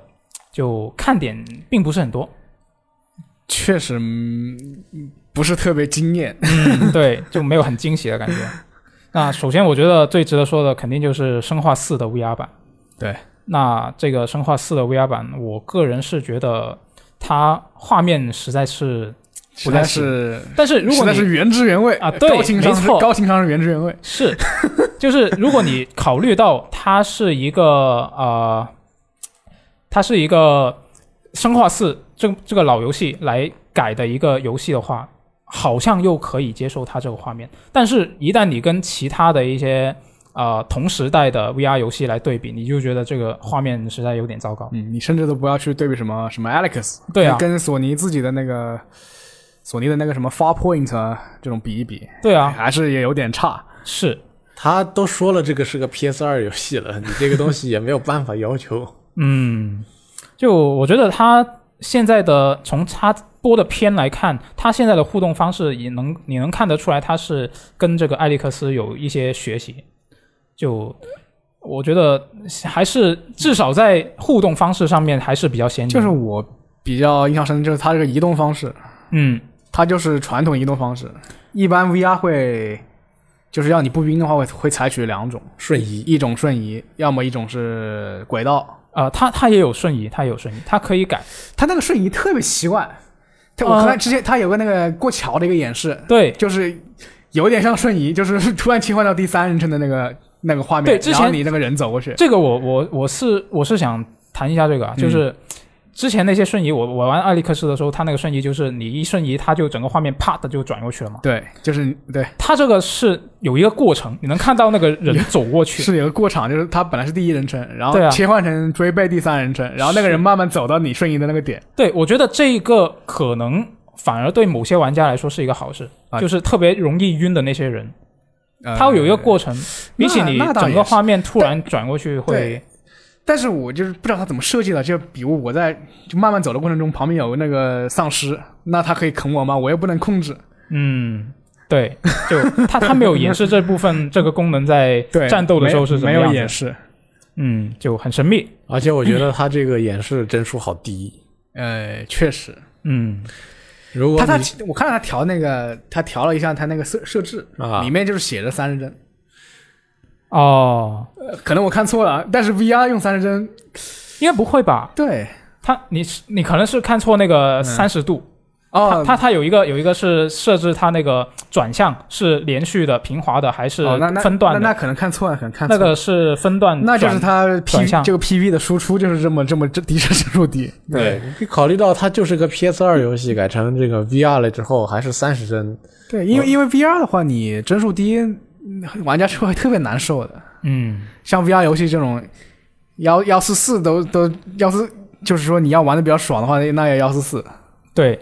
S2: 就看点并不是很多，
S3: 确实、嗯、不是特别惊艳。
S2: 嗯，对，就没有很惊喜的 感觉。那首先，我觉得最值得说的肯定就是《生化四》的 VR 版。
S3: 对，
S2: 那这个《生化四》的 VR 版，我个人是觉得它画面实在是，
S3: 实在是，
S2: 但是如
S3: 实
S2: 果
S3: 在
S2: 你
S3: 是
S2: 是
S3: 原汁原味
S2: 啊对
S3: 高情商
S2: 没
S3: 是
S2: 错
S3: 高情商是原汁原味。
S2: 就是如果你考虑到它是一个呃，它是一个《生化四》这这个老游戏来改的一个游戏的话，好像又可以接受它这个画面。但是，一旦你跟其他的一些呃同时代的 VR 游戏来对比，你就觉得这个画面实在有点糟糕。
S3: 嗯，你甚至都不要去对比什么什么 Alex，
S2: 对啊
S3: 跟索尼自己的那个索尼的那个什么 Farpoint 啊这种比一比，
S2: 对啊，
S3: 还是也有点差。
S2: 是，
S4: 他都说了这个是个 PS 二游戏了， 你这个东西也没有办法要求。
S2: 嗯，就我觉得他现在的从他播的片来看，他现在的互动方式也能你能看得出来，他是跟这个艾利克斯有一些学习。就我觉得还是至少在互动方式上面还是比较先进。
S3: 就是我比较印象深，就是它这个移动方式，
S2: 嗯，
S3: 它就是传统移动方式。一般 VR 会就是要你步兵的话会会采取两种
S4: 瞬移
S3: 一种瞬移，要么一种是轨道。
S2: 啊，他他也有瞬移，他也有瞬移，他可以改。
S3: 它那个瞬移特别奇怪，它我
S2: 啊
S3: 看之前它有个那个过桥的一个演示，
S2: 对，
S3: 就是有点像瞬移，就是 突然切换到第三人称的那个那个画面，
S2: 对之前
S3: 然后你那个人走过去，
S2: 这个我我我是我是想谈一下这个啊，
S3: 嗯
S2: 就是之前那些瞬移，我我玩艾利克斯的时候，它那个瞬移就是你一瞬移，它就整个画面啪的就转过去了嘛。
S3: 对，就是对，
S2: 它这个是有一个过程，你能看到那个人走过去。
S3: 是有个过场，就是他本来是第一人称，然
S2: 对
S3: 后
S2: 啊
S3: 切换成追背第三人称，然后那个人慢慢走到你瞬移的那个点，
S2: 对，我觉得这一个可能反而对某些玩家来说是一个好事，
S3: 啊
S2: 就是特别容易晕的那些人，
S3: 呃
S2: 他会有一个。过程，比起你
S3: 那倒也
S2: 整个
S3: 是
S2: 画面突然转过去会
S3: 对，但是我就是不知道他怎么设计的，就比如我在就慢慢走的过程中，旁边有那个丧尸，那他可以啃我吗？我又不能控制。
S2: 嗯。对，就他他没有演示这部分这个功能在
S3: 对，
S2: 战斗的时候
S3: 没
S2: 是什么
S3: 没
S2: 样
S3: 有
S2: 的
S3: 演示。
S2: 嗯，就很神秘。
S4: 而且我觉得他这个演示帧数好低。
S3: 呃，确实，
S2: 嗯，
S4: 如果
S3: 他他
S4: 你
S3: 我看到他调那个，他调了一下他那个设设置，
S4: 啊
S3: 里面就是写着三十帧，
S2: 哦，
S3: 呃可能我看错了，但是 VR 用三十帧，
S2: 应该不会吧？
S3: 对，
S2: 他你是你可能是看错那
S3: 嗯
S2: 个三十度，
S3: 哦，
S2: 他他有一个有一个是设置它那个转向是连续的、平滑的还是
S3: 哦那那
S2: 分段的？
S3: 那那可能看错了，可能看
S2: 那
S3: 错了
S2: 个是分段转，
S3: 那就是它 P
S2: 转向
S3: 这个 PV 的输出就是这么这么这低帧帧数低，
S4: 对，你考虑到它就是个 PS 二游戏，改成这个 VR 了之后，还是三十帧，
S3: 对，因为
S2: 嗯
S3: 因为 VR 的话，你帧数低，嗯玩家是会特别难受的。
S2: 嗯
S3: 像 VR 游戏这种幺幺四四都都幺四，就是说你要玩的比较爽的话，那也幺四四。
S2: 对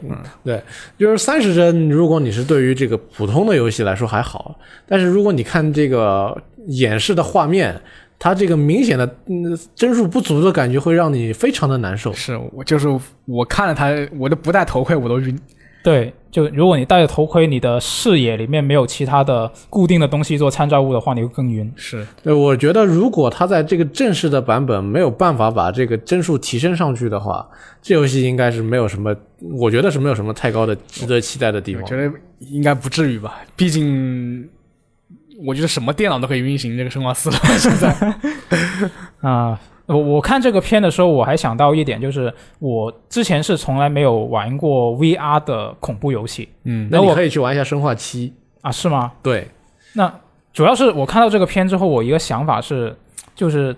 S4: 就是三十帧。如果你是对于这个普通的游戏来说还好，但是如果你看这个演示的画面，它这个明显的嗯帧数不足的感觉会让你非常的难受。
S3: 是我就是我看了它，我都不戴头盔我都晕。
S2: 对，就如果你戴着头盔，你的视野里面没有其他的固定的东西做参照物的话，你会更晕。
S3: 是，
S4: 对，我觉得如果它在这个正式的版本没有办法把这个帧数提升上去的话，这游戏应该是没有什么，我觉得是没有什么太高的值得期待的地
S3: 我
S4: 方。
S3: 觉得应该不至于吧，毕竟我觉得什么电脑都可以运行这个《生化四》了。
S2: 啊、我我看这个片的时候，我还想到一点，就是我之前是从来没有玩过 VR 的恐怖游戏
S3: 嗯，
S4: 那你
S2: 那我
S4: 可以去玩一下《生化七》。
S2: 啊，是吗？
S4: 对，
S2: 那主要是我看到这个片之后，我一个想法是，就是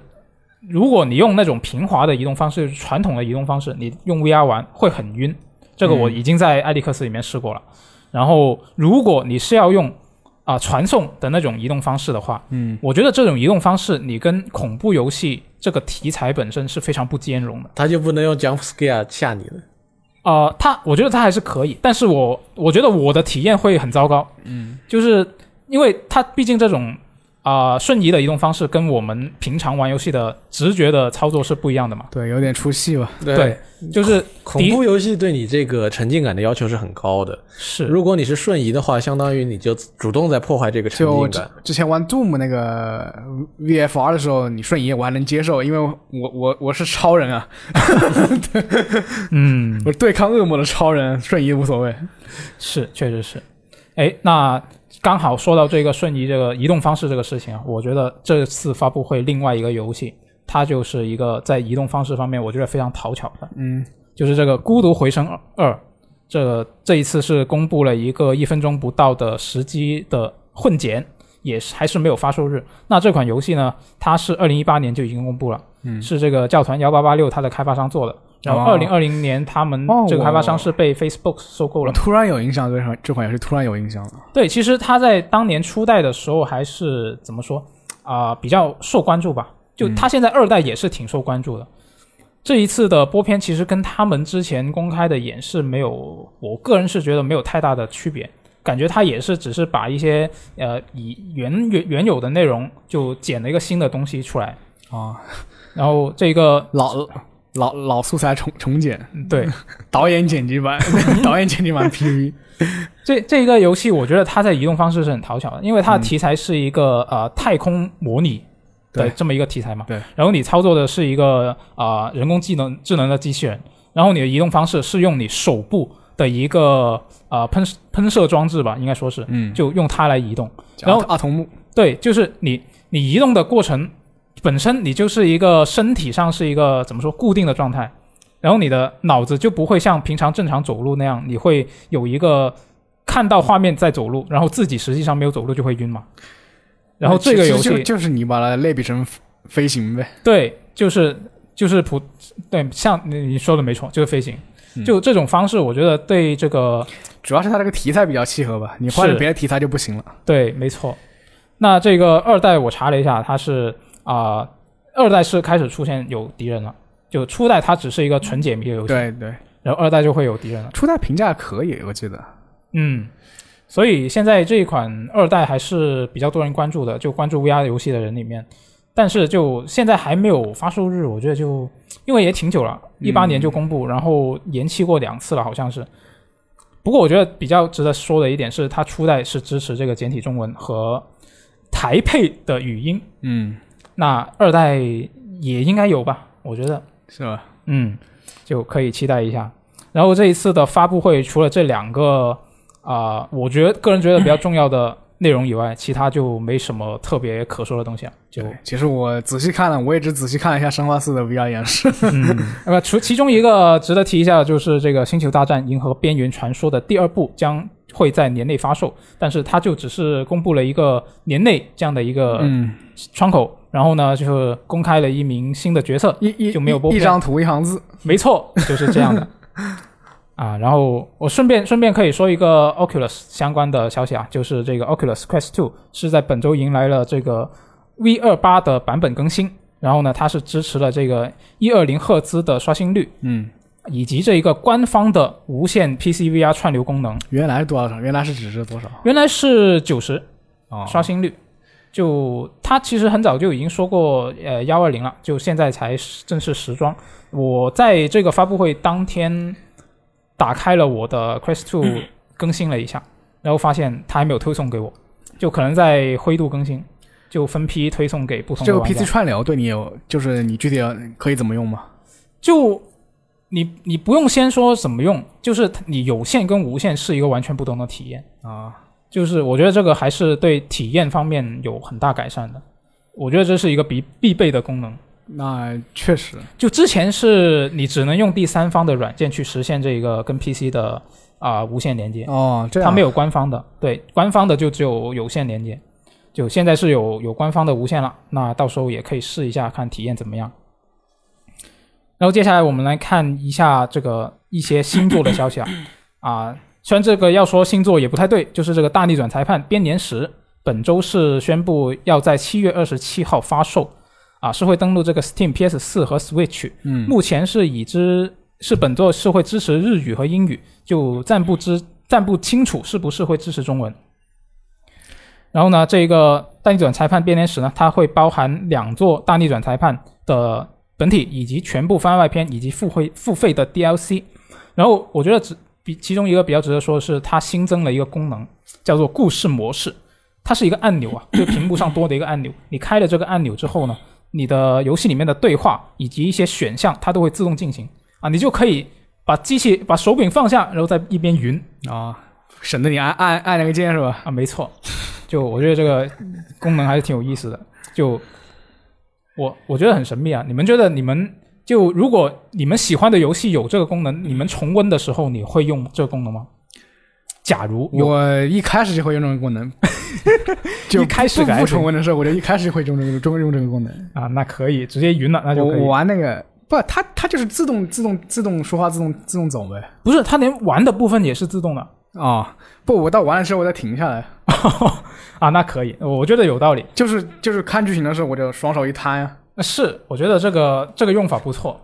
S2: 如果你用那种平滑的移动方式，传统的移动方式，你用 VR 玩会很晕。这个我已经在艾利克斯里面试过了。然后，如果你是要用啊、传送的那种移动方式的话，
S3: 嗯，
S2: 我觉得这种移动方式你跟恐怖游戏这个题材本身是非常不兼容的。
S4: 他就不能用 jump scare 吓你了。
S2: 呃，它我觉得它还是可以，但是我我觉得我的体验会很糟糕。嗯，就是因为它毕竟这种啊、瞬移的移动方式跟我们平常玩游戏的直觉的操作是不一样的嘛。
S3: 对，有点出戏吧。
S4: 对
S2: 就是
S4: 恐怖游戏对你这个沉浸感的要求是很高的。
S2: 是
S4: 如果你是瞬移的话，相当于你就主动在破坏这个沉
S3: 就
S4: 浸
S3: 之
S4: 感。
S3: 之前玩 Doom 那个 VFR 的时候，你瞬移我还能接受，因为我我我是超人啊，
S2: 嗯
S3: 我对抗恶魔的超人，瞬移无所谓。
S2: 是确实是，哎，那刚好说到这个瞬移这个移动方式这个事情啊，我觉得这次发布会另外一个游戏，它就是一个在移动方式方面我觉得非常讨巧的，
S3: 嗯，
S2: 就是这个《孤独回声二》，这个这一次是公布了一个一分钟不到的时机的混剪，也是还是没有发售日。那这款游戏呢，它是二零一八年就已经公布了，嗯，是这个教团幺八八六它的开发商做的。然后二
S3: 哦
S2: 零二零年他们
S3: 哦
S2: 这个开发商是被 Facebook 收购
S3: 我
S2: 了。
S3: 突然有印象，这款这款游戏突然有印象了。
S2: 对，其实它在当年初代的时候还是怎么说啊、比较受关注吧。就它现在二代也是挺受关注的。这一次的播片其实跟他们之前公开的演示没有，我个人是觉得没有太大的区别，感觉它也是只是把一些呃以原原原有的内容就剪了一个新的东西出来，
S3: 啊，
S2: 然后这个
S3: 老老老素材重重剪，
S2: 嗯对
S3: 导演剪辑版， 导演剪辑版 PV，
S2: 这这个游戏，我觉得它在移动方式是很讨巧的，因为它的题材是一个、呃太空模拟的
S3: 对
S2: 这么一个题材嘛。
S3: 对。
S2: 然后你操作的是一个啊、呃人工技能智能的机器人，然后你的移动方式是用你手部的一个呃喷喷射装置吧，应该说是，
S3: 嗯，
S2: 就用它来移动。
S3: 然
S2: 然
S3: 后
S2: 后
S3: 阿童木，
S2: 对，就是你你移动的过程本身，你就是一个身体上是一个怎么说固定的状态，然后你的脑子就不会像平常正常走路那样，你会有一个看到画面在走路，然后自己实际上没有走路就会晕嘛。然后这个
S3: 哎其实
S2: 游戏
S3: 就就是你把它类比成飞飞行呗，
S2: 对，就是就是普对，像你你说的没错，就是飞行。
S3: 嗯
S2: 就这种方式，我觉得对这个
S3: 主要是它这个题材比较契合吧，你换了
S2: 是
S3: 别的题材就不行了。
S2: 对，没错。那这个二代我查了一下，它是啊、二代是开始出现有敌人了。就初代它只是一个纯解谜的游戏，
S3: 对对，
S2: 然后二代就会有敌人了。
S3: 初代评价可以，我记得。
S2: 嗯，所以现在这一款二代还是比较多人关注的，就关注 VR 游戏的人里面。但是就现在还没有发售日，我觉得就因为也挺久了，一八年就公布，然后延期过两次了，好像是。不过我觉得比较值得说的一点是，它初代是支持这个简体中文和台配的语音，
S3: 嗯，
S2: 那二代也应该有吧？我觉得，
S3: 是吧？
S2: 嗯，就可以期待一下。然后这一次的发布会，除了这两个啊、我觉得个人觉得比较重要的内容以外，其他就没什么特别可说的东西了。就
S3: 对，其实我仔细看了，我也只仔细看了一下《生化四》的 VR 演 示。
S2: 嗯，那么除其中一个值得提一下的就是这个《星球大战：银河边缘传说》的第二部将会在年内发售，但是它就只是公布了一个年内这样的一个
S3: 嗯，
S2: 窗口，然后呢，就是公开了一名新的角色，
S3: 一一
S2: 就没有播
S3: 一一
S2: 片
S3: 张图一行字。
S2: 没错，就是这样的。 啊，然后我顺便顺便可以说一个 Oculus 相关的消息啊，就是这个 Oculus Quest 2是在本周迎来了这个 V 二八的版本更新，然后呢，它是支持了这个一二零赫兹的刷新率，
S3: 嗯，
S2: 以及这一个官方的无线 PC VR 串流功能，
S3: 原来是多少？原来是只是多少？
S2: 原来是九十
S3: 哦，
S2: 刷新率。就它其实很早就已经说过，呃，幺二零了，就现在才正式实装。我在这个发布会当天打开了我的 Quest
S3: 嗯
S2: 2，更新了一下，然后发现它还没有推送给我，就可能在灰度更新，就分批推送给不同
S3: 这
S2: 的
S3: 个
S2: 玩家
S3: PC。串流对你有，就是你具体要可以怎么用吗？
S2: 就你你不用先说怎么用，就是它你有线跟无线是一个完全不同的体验。
S3: 啊，
S2: 就是我觉得这个还是对体验方面有很大改善的，我觉得这是一个必必备的功能。
S3: 那确实，
S2: 就之前是你只能用第三方的软件去实现这个跟 PC 的啊、无线连接，
S3: 哦，这样
S2: 它没有官方的，对，官方的就只有有线连接，就现在是有有官方的无线了，那到时候也可以试一下看体验怎么样。然后接下来我们来看一下这个一些星座的消 息啊，啊，虽然这个要说星座也不太对，就是这个《大逆转裁判：编年史》本周是宣布要在七月二十七号发售，啊，是会登陆这个 Steam、PS 四和 Switch，
S3: 嗯
S2: 目前是已知是本作是会支持日语和英语，就暂不知暂不清楚是不是会支持中文。然后呢，这个《大逆转裁判编年史》呢，它会包含两座《大逆转裁判》的本体，以及全部番外篇以及付费付费的 DLC。然后我觉得只比其中一个比较值得说的是，它新增了一个功能，叫做故事模式。它是一个按钮啊，就是屏幕上多的一个按钮。你开了这个按钮之后呢，你的游戏里面的对话以及一些选项，它都会自动进行啊，你就可以把机器把手柄放下，然后在一边云
S3: 啊，省得你按按按那个键是吧？
S2: 啊，没错，就我觉得这个功能还是挺有意思的，就我我觉得很神秘啊。你们觉得你们就如果你们喜欢的游戏有这个功能，你们重温的时候你会用这个功能吗？假如有，
S3: 我一开始就会用这个功 能，就
S2: 一开始
S3: 不
S2: 改
S3: 不重温的时候，我就一开始会用这个用用这个功能。
S2: 啊，那可以直接云了，那就
S3: 我
S2: 可以
S3: 我。玩那个不，它它就是自动自动自动说话，自动自动走呗。
S2: 不是，它连玩的部分也是自动的。哦
S3: 啊，不，我到玩的时候我再停下来，
S2: 啊，那可以，我觉得有道理。
S3: 就是就是看剧情的时候我就双手一摊啊，
S2: 是，我觉得这个这个用法不错。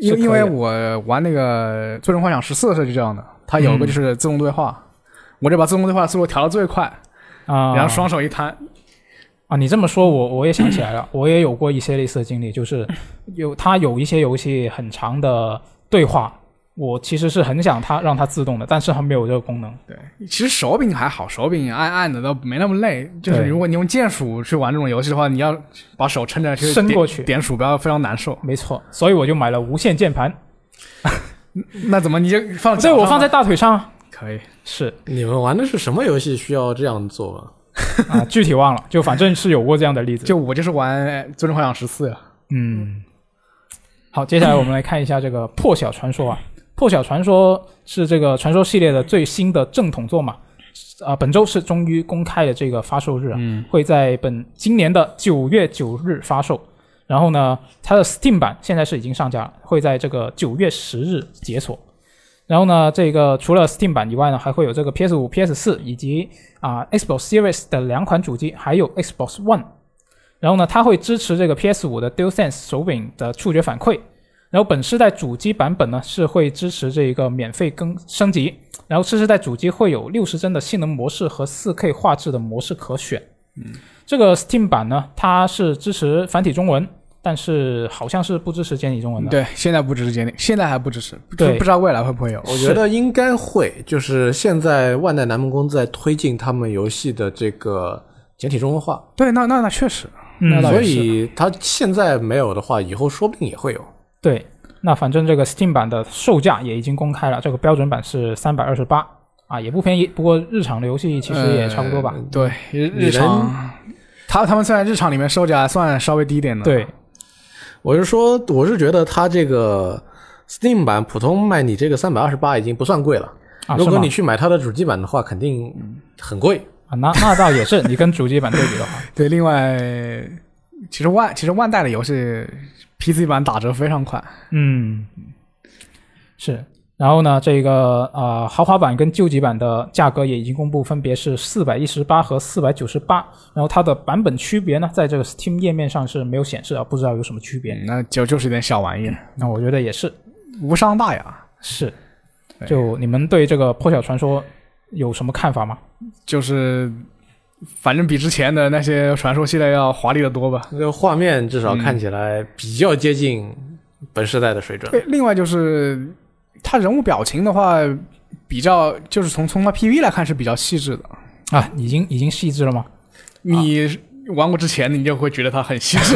S3: 因
S2: 是
S3: 因
S2: 可以
S3: 为
S2: 的嗯
S3: 我玩那个《最终幻想十四》的时候就这样的，它有个就是自动对话，我就把自动对话速度调到最快，
S2: 啊，
S3: 然后双手一摊，
S2: 啊，你这么说，我我也想起来了， 我也有过一些类似的经历，就是有它有一些游戏很长的对话，我其实是很想它让它自动的，但是它没有这个功能。
S3: 对，其实手柄还好，手柄按按的都没那么累。就是
S2: 对
S3: 如果你用键鼠去玩这种游戏的话，你要把手撑着去
S2: 伸
S3: 点
S2: 过去
S3: 点鼠标，非常难受。
S2: 没错，所以我就买了无线键盘，
S3: 那怎么你就放？
S2: 这我放在大腿上啊，
S3: 可以，
S2: 是
S4: 你们玩的是什么游戏需要这样做吗？
S2: 啊，具体忘了，就反正是有过这样的例子。
S3: 就我就是玩《最终幻想十四》，
S2: 嗯，好，接下来我们来看一下这个《破晓传说》啊，《破晓传说》是这个传说系列的最新的正统作嘛？啊、本周是终于公开的这个发售日啊，会在本今年的九月九日发售。然后呢，它的 Steam 版现在是已经上架了，会在这个九月十日解锁。然后呢，这个除了 Steam 版以外呢，还会有这个 PS 五、PS 四以及啊、Xbox Series 的两款主机，还有 Xbox One 然后呢，它会支持这个 PS 5的 DualSense 手柄的触觉反馈。然后本世代主机版本呢是会支持这一个免费更升级，然后次世代主机会有六十帧的性能模式和 4K 画质的模式可选。嗯，这个 Steam 版呢，它是支持繁体中文，但是好像是不支持简体中文的。，
S3: 对，现在不支持鉴定，现在还不支持，不
S2: 对
S3: 不知道未来会不会有。
S4: 我觉得应该会，就是现在万代南梦宫在推进他们游戏的这个简体中文化，
S3: 对，那那那啊确实，
S2: 嗯，
S4: 所以它现在没有的话，以后说不定也会有。
S2: 对，那反正这个 Steam 版的售价也已经公开了，这个标准版是三百二十八啊，也不便宜。不过日常的游戏其实也差不多吧。
S3: 呃对，日日
S4: 你
S3: 常，他他们虽然日常里面售价算稍微低一点的，
S2: 对，
S4: 我是说，我是觉得它这个 Steam 版普通卖你这个三百二十八已经不算贵了。
S2: 啊，
S4: 如
S2: 是
S4: 果
S2: 吗
S4: 你去买它的主机版的话，肯定
S3: 嗯
S4: 很贵。
S2: 啊，那那倒也是，你跟主机版对比的话，
S3: 对。另外，其实万其实万代的游戏 PC 版打折非常快，
S2: 嗯，是。然后呢，这个呃豪华版跟旧级版的价格也已经公布，分别是四百一十八和四百九十八。然后它的版本区别呢，在这个 Steam 页面上是没有显示啊，不知道有什么区别。
S3: 那就就是一点小玩意儿，
S2: 那我觉得也是，
S3: 无伤大雅。
S2: 是。就你们对这个《破晓传说》有什么看法吗？
S3: 就是反正比之前的那些传说系列要华丽的多吧。
S4: 这个画面至少看起来比较接近本世代的水准。
S3: 对，另外就是他人物表情的话，比较就是从从他 PV 来看是比较细致的。
S2: 啊，已经已经细致了吗？
S3: 你玩过之前的，你就会觉得他很细致。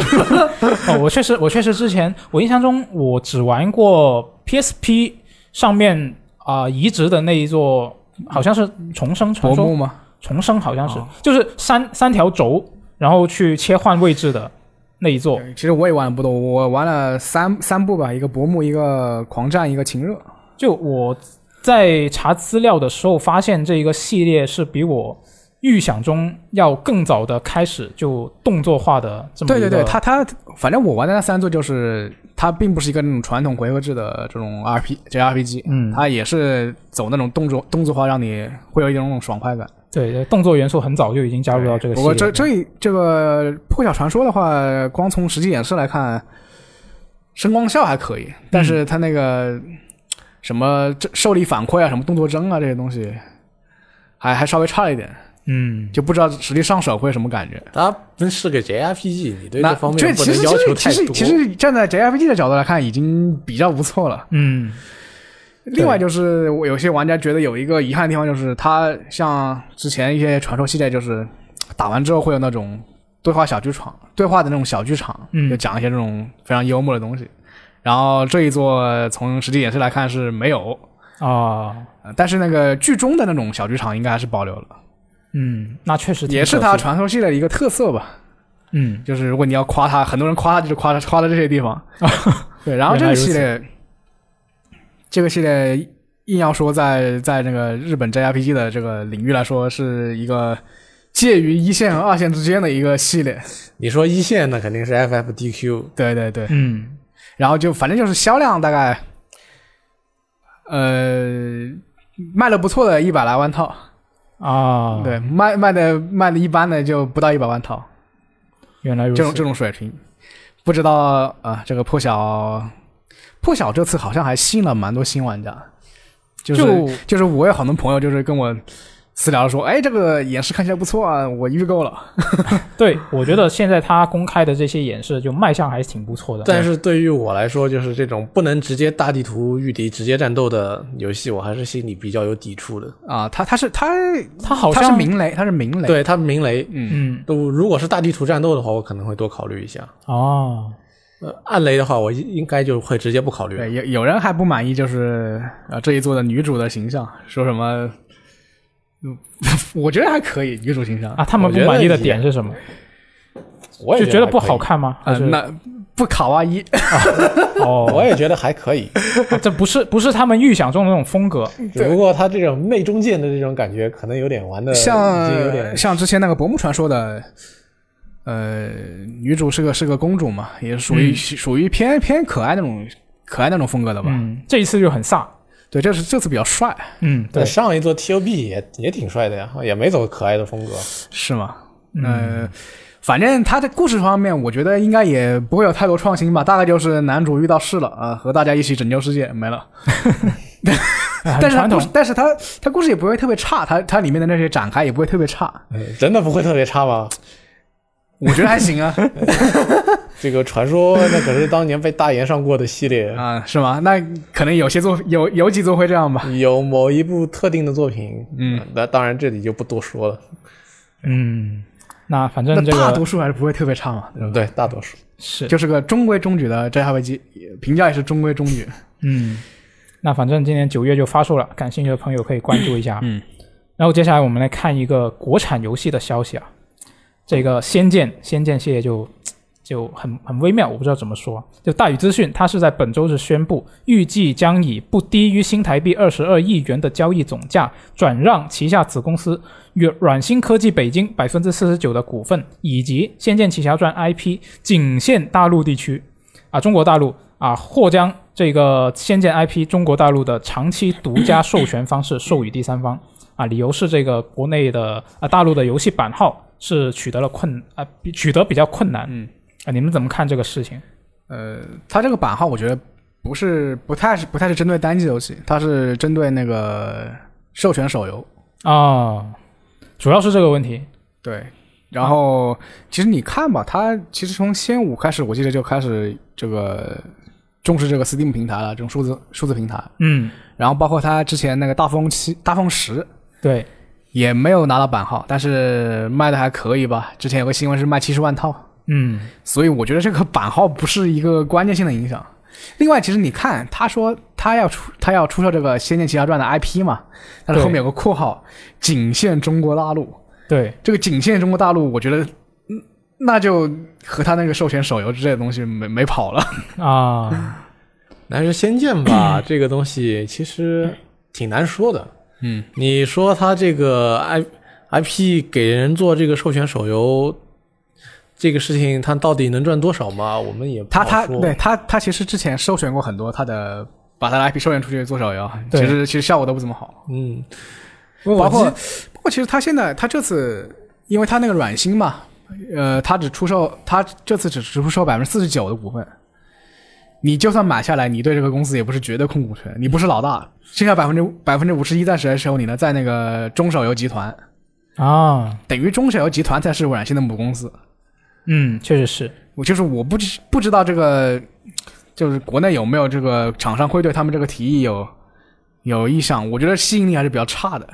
S2: 哦，我确实， 我确实之前我印象中我只玩过 PSP 上面啊、移植的那一座，好像是重生传
S3: 薄
S2: 说
S3: 暮，吗？哦
S2: 重生好像是，就是三三条轴，然后去切换位置的那一座。
S3: 对 其实我也玩的不多，我玩了三三部吧，一个薄暮，一个狂战，一个晴热。
S2: 就我在查资料的时候发现，这一个系列是比我。预想中要更早的开始就动作化的这么
S3: 对
S2: 一
S3: 对
S2: 个
S3: 对，他他反正我玩的那三座就是，它并不是一个那种传统回合制的这种 R P J R P G，
S2: 嗯
S3: 它也是走那种动作动作化，让你会有一种那种爽快感。
S2: 对对动作元素很早就已经加入到这个系
S3: 不
S2: 列
S3: 过
S2: 里
S3: 这
S2: 面。
S3: 这这个破晓传说的话，光从实际演示来看，声光效还可以，但是
S2: 嗯
S3: 它那个、什么这受力反馈啊，什么动作帧啊这些东西，还还稍微差一点，
S2: 嗯，
S3: 就不知道实际上手会什么感觉。
S4: 它不是个 JRPG，你对
S3: 那
S4: 这方
S3: 这
S4: 面不
S3: 其
S4: 能
S3: 实
S4: 要求
S3: 其
S4: 太
S3: 实
S4: 多。
S3: 其实站在 JRPG 的角度来看，已经比较不错了。
S2: 嗯，
S3: 另外就是，我有些玩家觉得有一个遗憾的地方，就是它像之前一些传说系列，就是打完之后会有那种对话小剧场，对话的那种小剧场，
S2: 嗯
S3: 就讲一些这种非常幽默的东西。然后这一座从实际演示来看是没有，
S2: 啊、
S3: 呃但是那个剧中的那种小剧场应该还是保留了，
S2: 嗯，那确实挺
S3: 也是
S2: 可
S3: 它
S2: 惜
S3: 传说系列的一个特色吧。
S2: 嗯
S3: 就是如果你要夸它，很多人夸它就是夸它夸它这些地方。对，然后这个系列，这个系列硬要说在在那个日本 JRPG 的这个领域来说，是一个介于一线和二线之间的一个系列。
S4: 你说一线那肯定是 FFDQ，
S3: 对对对，
S2: 嗯
S3: 然后就反正就是销量大概，呃，卖了不错的一百来万套，
S2: 啊，，
S3: 对，卖卖的卖的一般的就不到一百万套。
S2: 原来如
S3: 这种这
S2: 此。
S3: 种水平，不知道啊、这个破晓，破晓这次好像还吸引了蛮多新玩家，就是
S2: 就
S3: 就是我有很多朋友就是跟我私聊说，哎，这个演示看起来不错啊，我预购了。
S2: 对，我觉得现在它公开的这些演示就卖相还是挺不错的。
S4: 但是对于我来说，就是这种不能直接大地图御敌、直接战斗的游戏，我还是心里比较有抵触的。
S3: 啊，他他是他
S2: 它好
S3: 他是
S2: 像
S3: 鸣雷，他是鸣雷。
S4: 对他鸣雷，嗯，
S2: 嗯
S4: 都如果是大地图战斗的话，我可能会多考虑一下。
S2: 哦，
S4: 呃，暗雷的话，我应应该就会直接不考虑了。
S3: 对，有有人还不满意，就是呃这一座的女主的形象，说什么？嗯 我觉得还可以，女主形象
S2: 啊，他们
S4: 我
S2: 不
S4: 觉得
S2: 满意的
S4: 也
S2: 点是什么？
S4: 我也
S2: 就觉得不
S4: 还可以
S2: 好，看吗？还
S3: 呃
S2: 是
S3: 那不啊卡哇伊，
S2: 哦，
S4: 我也觉得还 可以。
S2: 这不是不是他们预想中的那种风格。
S4: 只不过他这种内中剑的这种感觉，可能有点玩的，呃已经有点
S3: 像像之前那个《薄暮传说》的，呃，女主是个是个公主嘛，也是属于、属于偏偏可爱那种可爱那种风格的吧。
S2: 嗯，这一次就很飒。
S3: 对，这是这次比较帅，
S2: 嗯，对
S4: 对，上一座 TOB 也也挺帅的呀，也没走可爱的风格。
S3: 是吗？呃，反正他的故事方面，我觉得应该也不会有太多创新吧，大概就是男主遇到事了啊、和大家一起拯救世界没了。
S2: 哎
S3: 但
S2: 很
S3: 是他
S2: 传
S3: 故
S2: 统
S3: 事，。但是他他故事也不会特别差，他他里面的那些展开也不会特别差，
S4: 嗯真的不会特别差吗？
S3: 我觉得还行啊
S4: 这个传说那可是当年被大岩上过的系 列，
S3: 啊、是吗？那可能有些作有有几作会这样吧。
S4: 有某一部特定的作品，嗯，那当然这里就不多说了。
S2: 嗯，那反
S3: 那
S2: 正这
S3: 大多
S2: 个
S3: 数还是不会特别差嘛，对吧？
S4: 嗯对，大多数
S2: 是
S3: 就是个中规中矩的 JRPG，评价也是中规中矩。
S2: 嗯，那反正今年九月就发售了，感兴趣的朋友可以关注一下。嗯，然后接下来我们来看一个国产游戏的消息啊，这个《仙剑》《仙剑》系列就就很很微妙，我不知道怎么说。就大宇资讯，它是在本周日宣布，预计将以不低于新台币二十二亿元的交易总价转让旗下子公司软软星科技北京百分之四十九的股份，以及《仙剑奇侠传》IP 仅限大陆地区。啊，中国大陆啊，或将这个《仙剑》IP 中国大陆的长期独家授权方式授予第三方啊，理由是这个国内的啊大陆的游戏版号是取得了困啊比取得比较困难，嗯啊，你们怎么看这个事情？
S3: 呃，它这个版号我觉得不是不太是不太是针对单机游戏，它是针对那个授权手游。
S2: 啊，主要是这个问题，
S3: 对，然后、其实你看吧，它其实从仙五开始，我记得就开始这个重视这个 Steam 平台了，这种数字数字平台。
S2: 嗯，
S3: 然后包括它之前那个大风七、大风十
S2: 对，
S3: 也没有拿到版号，但是卖的还可以吧。之前有个新闻是卖七十万套，
S2: 嗯
S3: 所以我觉得这个版号不是一个关键性的影响。另外，其实你看，他说他要出他要出售这个《仙剑奇侠传》的 IP 嘛，但是
S2: 对
S3: 后面有个括号，仅限中国大陆。
S2: 对，
S3: 这个仅限中国大陆，我觉得，嗯那就和他那个授权手游之类的东西没没跑了。
S2: 啊，
S4: 但是《仙剑》吧，这个东西其实挺难说的。
S3: 嗯，
S4: 你说它这个 I IP 给人做这个授权手游，这个事情它到底能赚多少嘛？我们也不
S3: 他
S4: 好
S3: 他
S4: 说
S3: 对他他其实之前授权过很多他的，把他的 IP 授权出去做手游，
S2: 对
S3: 其实其实效果都不怎么好。
S4: 嗯，
S3: 包括包括其实他现在他这次，因为他那个软星嘛，呃，他只出售他这次只出售百分之四十九的股份。你就算买下来，你对这个公司也不是绝对控股权，你不是老大，剩下百分之百分之五十一暂时还持有你呢，在那个中手游集团，
S2: 啊，
S3: 等于中手游集团才是软星的母公司。
S2: 嗯，确实是，
S3: 我就是我不知不知道这个，就是国内有没有这个厂商会对他们这个提议有有意向？我觉得吸引力还是比较差的。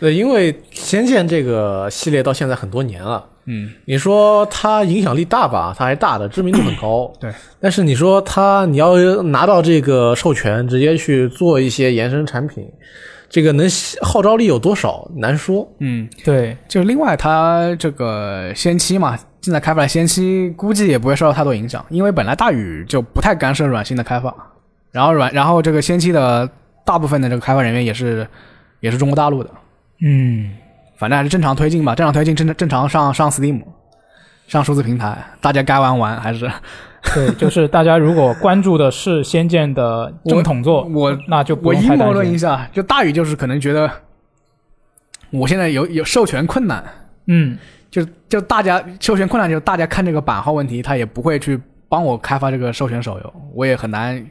S4: 对，因为《仙剑》这个系列到现在很多年了，
S3: 嗯，。
S4: 你说它影响力大吧，它还大的，知名度很高
S3: 对，
S4: 但是你说它，你要拿到这个授权，直接去做一些延伸产品，这个能吸号召力有多少，难说。
S3: 嗯，
S2: 对，
S3: 就另外它这个先期嘛，正在开发的先期估计也不会受到太多影响，因为本来大宇就不太干涉软性的开发，然后软然后这个先期的大部分的这个开发人员也是也是中国大陆的，
S2: 嗯
S3: 反正还是正常推进吧，正常推进正正常上上 Steam，上数字平台，大家该玩玩还是。
S2: 对，就是大家如果关注的是《仙剑》 的正统作，
S3: 我
S2: 那就不
S3: 我
S2: 用
S3: 阴
S2: 太
S3: 谋
S2: 担
S3: 论一
S2: 心。
S3: 下，就大宇就是可能觉得，我现在有有授权困难，
S2: 嗯，
S3: 就就大家授权困难，就是大家看这个版号问题，他也不会去帮我开发这个授权手游，我也很难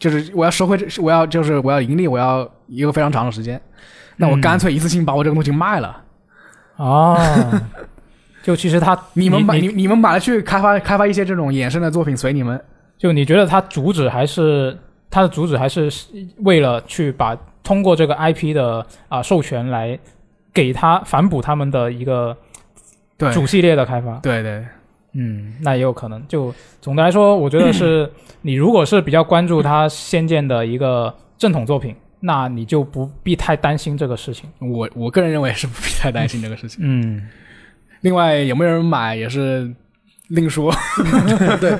S3: 就是我要收回，这，我要就是我要盈利，我要一个非常长的时间，那我干脆一次性把我这个东西卖了。
S2: 哦， 就其实他
S3: 你们买
S2: 你
S3: 你你们买了去开发开发一些这种衍生的作品，随你们。
S2: 就你觉得他主旨还是他的主旨还是为了去把通过这个 IP 的啊、授权来给他反哺他们的一个
S3: 对
S2: 主系列的开发。
S3: 对对，
S2: 嗯，那也有可能。就总的来说，我觉得 是你如果是比较关注他《仙剑》的一个正统作品，那你就不必太担心这个事情。
S3: 我我个人认为是不必太担心这个事情。
S2: 嗯，
S3: 另外，有没有人买也是另说。对，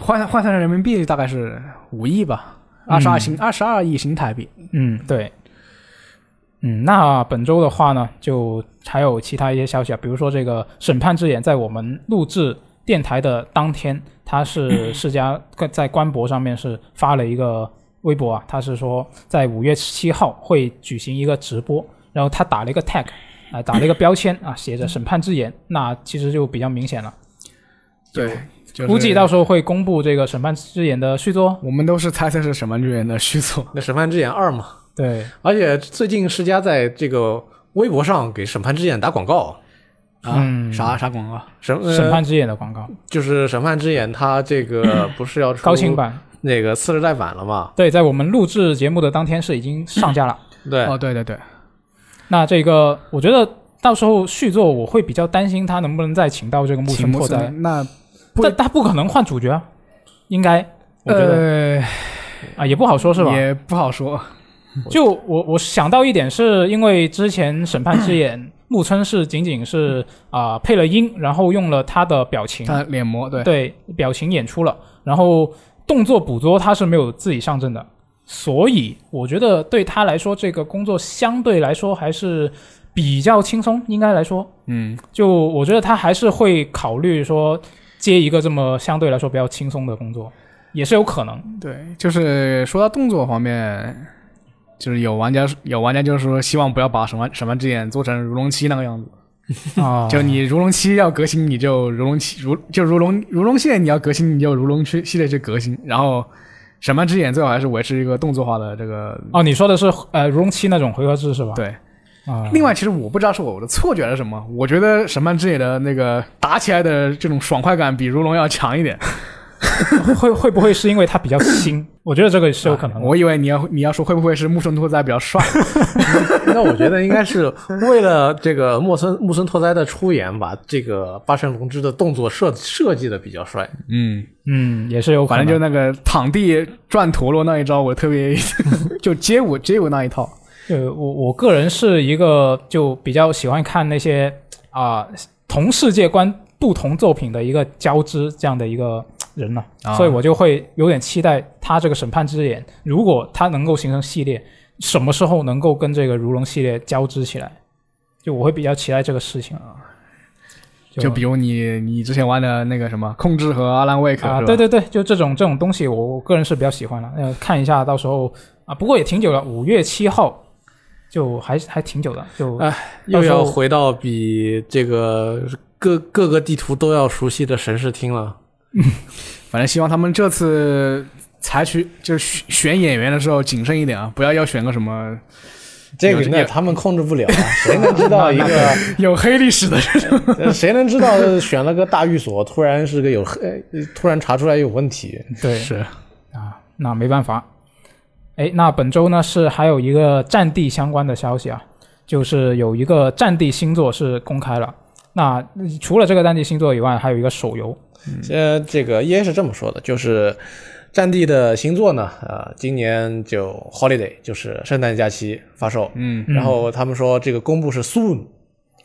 S3: 换换算成人民币大概是五亿吧，二十二新二十二亿新台币。
S2: 嗯，对。嗯，那本周的话呢，就还有其他一些消息啊，比如说这个《审判之眼》在我们录制电台的当天，它 是世嘉在官博上面是发了一个微博啊，他是说在五月七号会举行一个直播，然后他打了一个 tag，啊、打了一个标签啊，写着《审判之眼》，那其实就比较明显了，
S3: 对，就是、
S2: 估计到时候会公布这个《审判之眼》的续作。
S3: 我们都是猜测是什么剧院的续作。
S4: 那《审判之眼二》嘛，
S2: 对，
S4: 而且最近世嘉在这个微博上给《审判之眼》打广告，
S3: 啊，
S2: 嗯
S3: 啥啥广告？
S4: 审呃
S2: 《审判之眼》的广告，
S4: 就是《审判之眼》，它这个不是要出
S2: 高清版。
S4: 那个次世代版了嘛？
S2: 对，在我们录制节目的当天是已经上架了。
S4: 对，
S3: 哦，对对对，
S2: 那这个，我觉得到时候续作我会比较担心他能不能再请到这个木
S3: 请
S2: 村
S3: 不
S2: 拓
S3: 是
S2: 哉，
S3: 那不
S2: 但他不可能换主角，啊，应该我觉得、
S3: 呃
S2: 啊也不好说是吧？
S3: 也不好说。
S2: 就我我想到一点，是因为之前《审判之眼》 木村是仅仅是啊、配了音，然后用了他的表情，
S3: 他脸模对，
S2: 嗯对表情演出了，然后动作捕捉他是没有自己上阵的，所以我觉得对他来说，这个工作相对来说还是比较轻松，应该来说，
S3: 嗯，
S2: 就我觉得他还是会考虑说接一个这么相对来说比较轻松的工作，也是有可 能。
S3: 对，就是说到动作方面，就是有玩家有玩家就是说希望不要把什么什么之眼做成如龙七那个样子，
S2: 啊
S3: 就你如龙七要革新，你就如龙七如就如龙如龙系列你要革新，你就如龙区系列去革新，然后审判之眼最好还是维持一个动作化的这个
S2: 哦，你说的是呃《如龙七》那种回合制是吧？
S3: 对。
S2: 啊，
S3: 另外，其实我不知道是我的错觉还是什么，我觉得《审判之眼》的那个打起来的这种爽快感比《如龙》要强一点。
S2: 会会不会是因为他比较 新？我觉得这个是有可能的。
S3: 啊我以为你要你要说会不会是木村拓哉比较帅，
S4: 那我觉得应该是为了这个木村木村拓哉的出演，把这个八神龙之的动作设设计的比较帅。
S3: 嗯，
S2: 嗯，也是有可
S3: 反
S2: 能。
S3: 正就那个躺地转陀螺那一招，我特 别就街舞街舞那一套，
S2: 呃，我我个人是一个就比较喜欢看那些啊、同世界观不同作品的一个交织这样的一个人呢、
S3: 啊
S2: 所以我就会有点期待他这个《审判之眼》，如果他能够形成系列，什么时候能够跟这个《如龙》系列交织起来？就我会比较期待这个事情啊。
S3: 就比如你你之前玩的那个什么控制和阿兰威克
S2: 啊，对，对对，就这种这种东西我，我个人是比较喜欢的。呃，看一下，到时候啊，不过也挺久了，五月七号，就还还挺久的，就
S3: 啊
S4: 哎又要回到比这个各各个地图都要熟悉的神视厅了。
S3: 反正希望他们这次采取就是选选演员的时候谨慎一点啊，不要要选个什么
S4: 这个
S3: 有
S4: 那
S3: 有
S4: 他们控制不了啊，谁能知道一 个
S3: 有黑历史的人。
S4: 呃谁能知道选了个大寓所，突然是个有黑，突然查出来有问题？
S2: 对
S3: 是，
S2: 啊，那没办法。哎，那本周呢是还有一个战地相关的消息啊，就是有一个战地星座是公开了。那嗯除了这个战地星座以外，还有一个手游，
S4: 呃，这个 E A 是这么说的，就是《战地》的星座呢，呃，今年就 holiday 就是圣诞假期发售，
S3: 嗯，
S4: 然后他们说这个公布是 soon，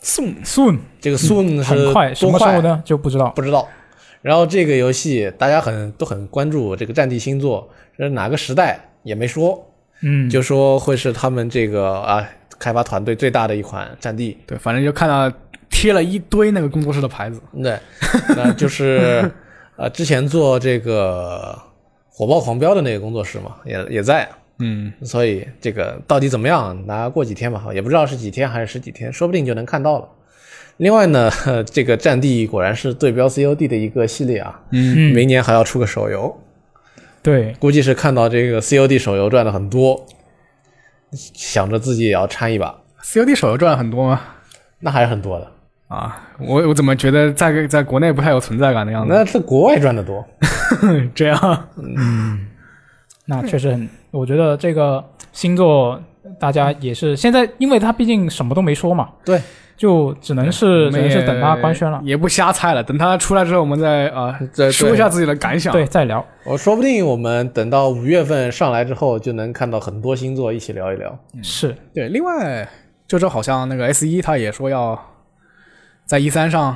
S3: 送
S2: soon
S4: 这个 soon 是
S2: 嗯很快，什
S4: 多
S2: 么时候呢就不知道。
S4: 不知道。然后这个游戏大家很都很关注这个《战地》星座这是哪个时代也没说，
S2: 嗯，
S4: 就说会是他们这个啊开发团队最大的一款《战地》。
S3: 对，反正就看到贴了一堆那个工作室的牌子，
S4: 对， 那就是呃，之前做这个《火爆狂飙》的那个工作室嘛，也也在，
S3: 嗯，
S4: 所以这个到底怎么样，拿过几天吧，也不知道是几天还是十几天，说不定就能看到了。另外呢，呵这个《战地》果然是对标 COD 的一个系列啊，
S3: 嗯，
S4: 明年还要出个手游，
S2: 对，
S4: 估计是看到这个 COD 手游赚的很多，想着自己也要掺一把，
S3: COD 手游赚了很多吗？
S4: 那还是很多的。
S3: 啊，我我怎么觉得在在国内不太有存在感的样子？
S4: 那在国外赚的多，
S3: 这样，
S2: 那确实很，我觉得这个星座大家也是现在，因为他毕竟什么都没说嘛，
S4: 对，
S2: 就只能是只
S3: 我们
S2: 能
S3: 也
S2: 是等他官宣了，
S3: 也不瞎猜了。等他出来之后，我们再啊、
S4: 再
S3: 说一下自己的感想。
S2: 对，再聊。
S4: 我哦说不定我们等到五月份上来之后，就能看到很多星座一起聊一聊。
S3: 嗯
S2: 是，
S3: 对，另外这周好像那个 S 一他也说要在一三上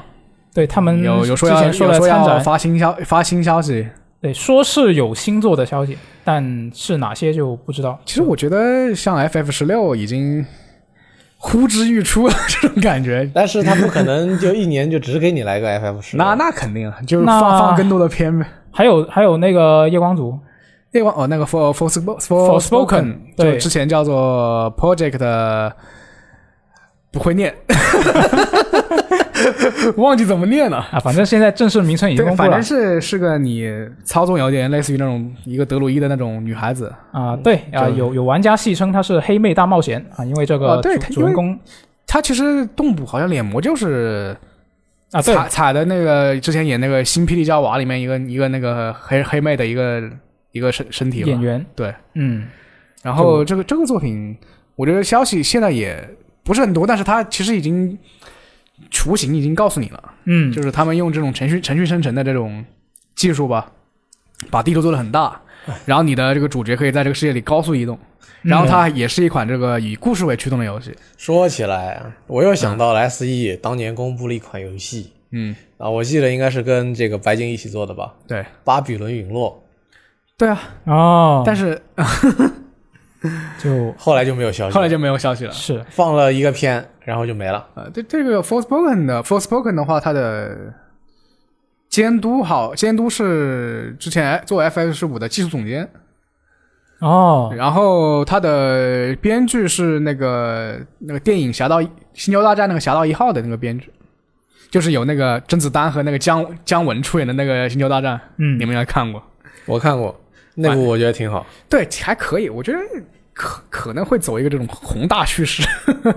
S2: 对他们
S3: 嗯有有
S2: 之
S3: 说要
S2: 前
S3: 有
S2: 说了
S3: 说
S2: 参
S3: 要
S2: 展，
S3: 发新消发新消息。
S2: 对，说是有星座的消息，但是哪些就不知道。
S3: 其实我觉得像 FF 十六已经呼之欲出了 这种感觉。
S4: 但是他不可能就一年就只给你 来个 FF 十，
S3: 那那肯定啊，就是
S2: 那
S3: 放放更多的片呗。
S2: 还有还有那个夜光族，
S3: 那个哦，那个 For For Spoken
S2: For Spoken，
S3: 就
S2: 对
S3: 之前叫做 Project，不会念， 忘记怎么念了。
S2: 啊，反正现在正式名称已经
S3: 对，
S2: 公布
S3: 反
S2: 了
S3: 正是是个你操纵有点类似于那种一个德鲁伊的那种女孩子，
S2: 啊，对啊，有有玩家戏称它是黑妹大冒险啊，因为这
S3: 啊
S2: 个
S3: 对
S2: 主
S3: 它因
S2: 主人
S3: 为
S2: 公
S3: 她其实动捕好像脸模就是
S2: 啊，对
S3: 踩踩的那个之前演那个《新霹雳娇娃》里面一个一个那个黑黑妹的一个一个身身体吧
S2: 演员，
S3: 对，
S2: 嗯，
S3: 然后这个这个作品，我觉得消息现在也不是很多，但是它其实已经雏形已经告诉你了，
S2: 嗯，
S3: 就是他们用这种程序程序生成的这种技术吧，把地图做得很大，然后你的这个主角可以在这个世界里高速移动，然后它也是一款这个以故事为驱动的游戏，
S4: 说起来，我又想到了 SE 当年公布了一款游戏
S3: 嗯，
S4: 啊，我记得应该是跟这个白金一起做的吧，
S3: 对
S4: 《巴比伦陨落
S3: 对啊，
S2: 哦，
S3: 但是
S2: 就》，
S4: 后来就没有消息，
S3: 后来就没有消息了。
S2: 是
S4: 放了一个片，然后就没了。
S3: 呃，对这个 Forspoken 的 Forspoken 的话，它的监督好，监督是之前做 FF 十五的技术总监，
S2: 哦，
S3: 然后他的编剧是那个那个电影《侠盗一星球大战》那个《侠盗一号》的那个编剧，就是有那个甄子丹和那个姜姜文出演的那个《星球大战》，
S2: 嗯
S3: 你们应该看过。
S4: 我看过那部，我觉得挺好。
S3: 对，还可以，我觉得可可能会走一个这种宏大叙事。啊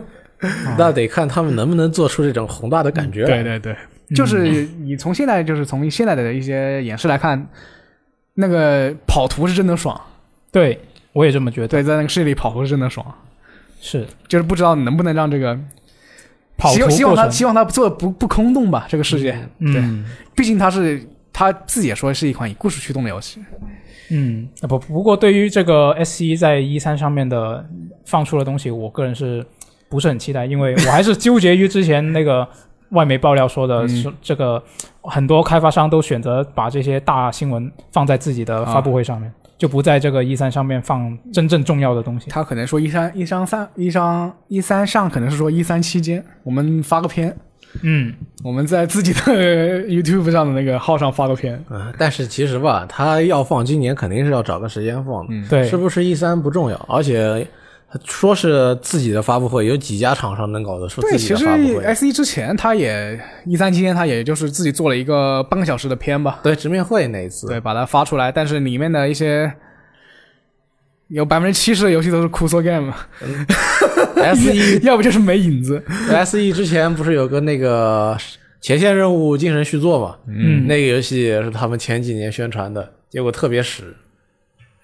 S4: 那得看他们能不能做出这种宏大的感 觉。
S3: 对，对对， 就是你从现在就是从现在的一些演示来看，那个跑图是真的爽。
S2: 对我也这么觉得，
S3: 对，在那个世界里跑图是真的爽，
S2: 是
S3: 就是不知道能不能让这个
S2: 跑
S3: 希
S2: 图
S3: 望希望
S2: 过
S3: 他
S2: 程，
S3: 希望他做的不不空洞吧，这个世界。
S2: 嗯
S3: 毕竟它是他自己也说是一款以故事驱动的游戏。
S2: 嗯，啊不不过对于这个 S 一在一三上面的放出的东西，我个人是不是很期待，因为我还是纠结于之前那 个。外媒爆料说的是，这个很多开发商都选择把这些大新闻放在自己的发布会上面，就不在这个一三上面放真正重要的东西。
S3: 他可能说一三一三三一三一三上，可能是说一三期间，我们发个片，
S2: 嗯，
S3: 我们在自己的 YouTube 上的那个号上发个片。
S4: 啊，但是其实吧，他要放今年肯定是要找个时间放的，
S2: 对
S4: 是，不是一三不重要，而且说是自己的发布会，有几家厂商能搞得出
S3: 对，
S4: 自己
S3: 其
S4: 的
S3: 实哎
S4: 发布会？
S3: S E 一之前他也一三期间，他也就是自己做了一个半个小时的片吧，
S4: 对，直面会那一次，
S3: 对，把它发出来，但是里面的一些。有百分之七十的游戏都是哭 o game，
S4: S E
S3: 要不就是没影子。
S4: S E 之前不是有个那个前线任务精神续作嘛？
S2: 嗯
S4: 那个游戏也是他们前几年宣传的，结果特别屎。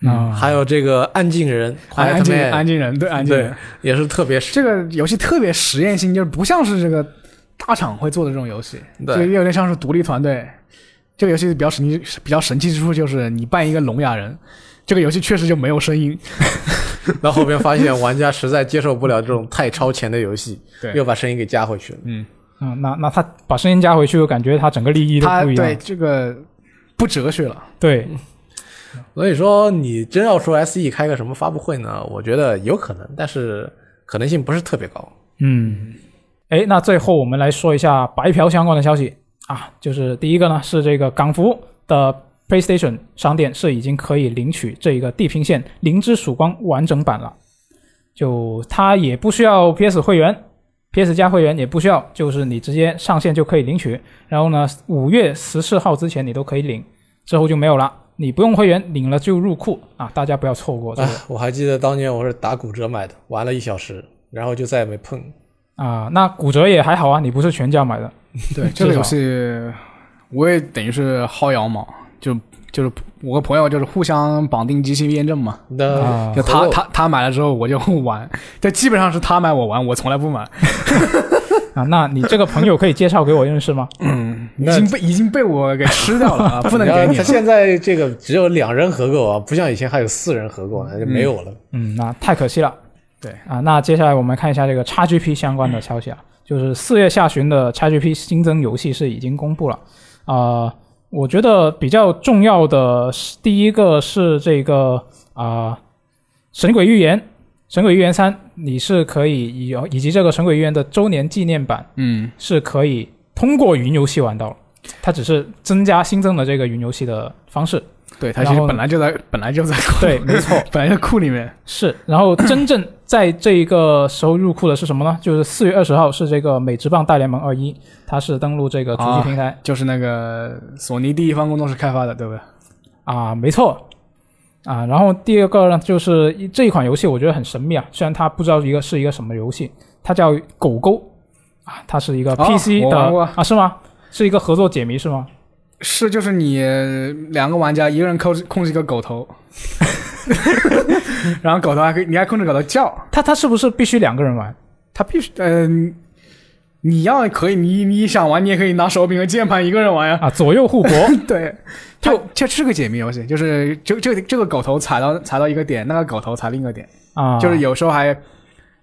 S2: 啊，
S4: 还有这个安静人，
S3: 安啊安
S4: Quiet
S3: 静
S4: Man
S3: 安静人，对安静人
S4: 对，，也是特别屎。
S3: 这个游戏特别实验性，就是不像是这个大厂会做的这种游戏，
S4: 对
S3: 就有点像是独立团队。这个游戏比较神奇，比较神奇之处就是你扮一个聋哑人，这个游戏确实就没有声音。
S4: 到后边发现玩家实在接受不了这种太超前的游戏，
S3: 对
S4: 又把声音给加回去了。
S2: 嗯，那那他把声音加回去，我感觉他整个利益都
S3: 它
S2: 不一
S3: 对
S2: 样。
S3: 这个不哲学了，
S2: 对，
S4: 所以说，你真要说 S E 开个什么发布会呢？我觉得有可能，但是可能性不是特别高。
S2: 嗯，哎，那最后我们来说一下白嫖相关的消息啊，就是第一个呢是这个港服的 PlayStation 商店是已经可以领取这个《地平线：零之曙光》完整版了，就它也不需要 PS 会员。PS 加会员也不需要，就是你直接上线就可以领取。然后呢，五月十四号之前你都可以领，之后就没有了。你不用会员领了就入库啊，大家不要错过这
S4: 哎
S2: 个，
S4: 我还记得当年我是打骨折买的，玩了一小时，然后就再也没碰。
S2: 啊、那骨折也还好啊，你不是全价买的，
S3: 对这个游戏，我也等于是薅羊毛，就就是我跟朋友就是互相绑定机器验证嘛。
S4: 那
S2: 啊
S3: 就他
S4: 和
S3: 他他买了之后我就玩，这基本上是他买我玩，我从来不 买。
S2: 啊，那你这个朋友可以介绍给我认识吗？
S3: 已
S4: 那
S3: 经被已经被我给吃 掉了，啊，不能给
S4: 然后
S3: 你
S4: 他
S3: 了。
S4: 现在这个只有两人合购啊，不像以前还有四人合购呢，就没有了。
S2: 嗯，那太可惜了。
S3: 对
S2: 啊，那接下来我们看一下这个 XGP 相关的消息啊，就是四月下旬的 XGP 新增游戏是已经公布了。啊、我觉得比较重要的是第一个是这个啊、神鬼寓言》《神鬼寓言三》，你是可以以以及这个《神鬼寓言》的周年纪念版
S3: 嗯，
S2: 是可以通过云游戏玩到了，它只是增加新增了这个云游戏的方式。
S3: 对他其
S2: 然
S3: 实
S2: 后呢
S3: 本来就在本来就在库，
S2: 对，没错。
S3: 本来就库里面。
S2: 是，然后真正在这一个时候入库的是什么呢？就是四月二十号是这个美职棒大联盟二一，它是登录这个主机平台
S3: 就是那个索尼第一方工作室开发的，对不对？
S2: 啊没错啊。然后第二个呢，就是一这一款游戏我觉得很神秘啊，虽然它不知道一个是一个什么游戏，它叫狗狗啊，它是一个
S3: 哦
S2: PC
S3: 我
S2: 的、
S3: 玩过
S2: 啊，是吗？是一个合作解谜是吗？
S3: 是，就是你两个玩家，一个人控制控制一个狗 头，然后狗头还可以，你还控制狗头叫，
S2: 它它是不是必须两个人玩？
S3: 它必须，嗯、你要可以，你你想玩，你也可以拿手柄和键盘一个人玩呀。
S2: 啊，左右互搏
S3: 对，就就是个解谜游戏，就是就这这个狗头踩到踩到一个点，那个狗头踩另一个点，
S2: 啊，
S3: 就是有时候还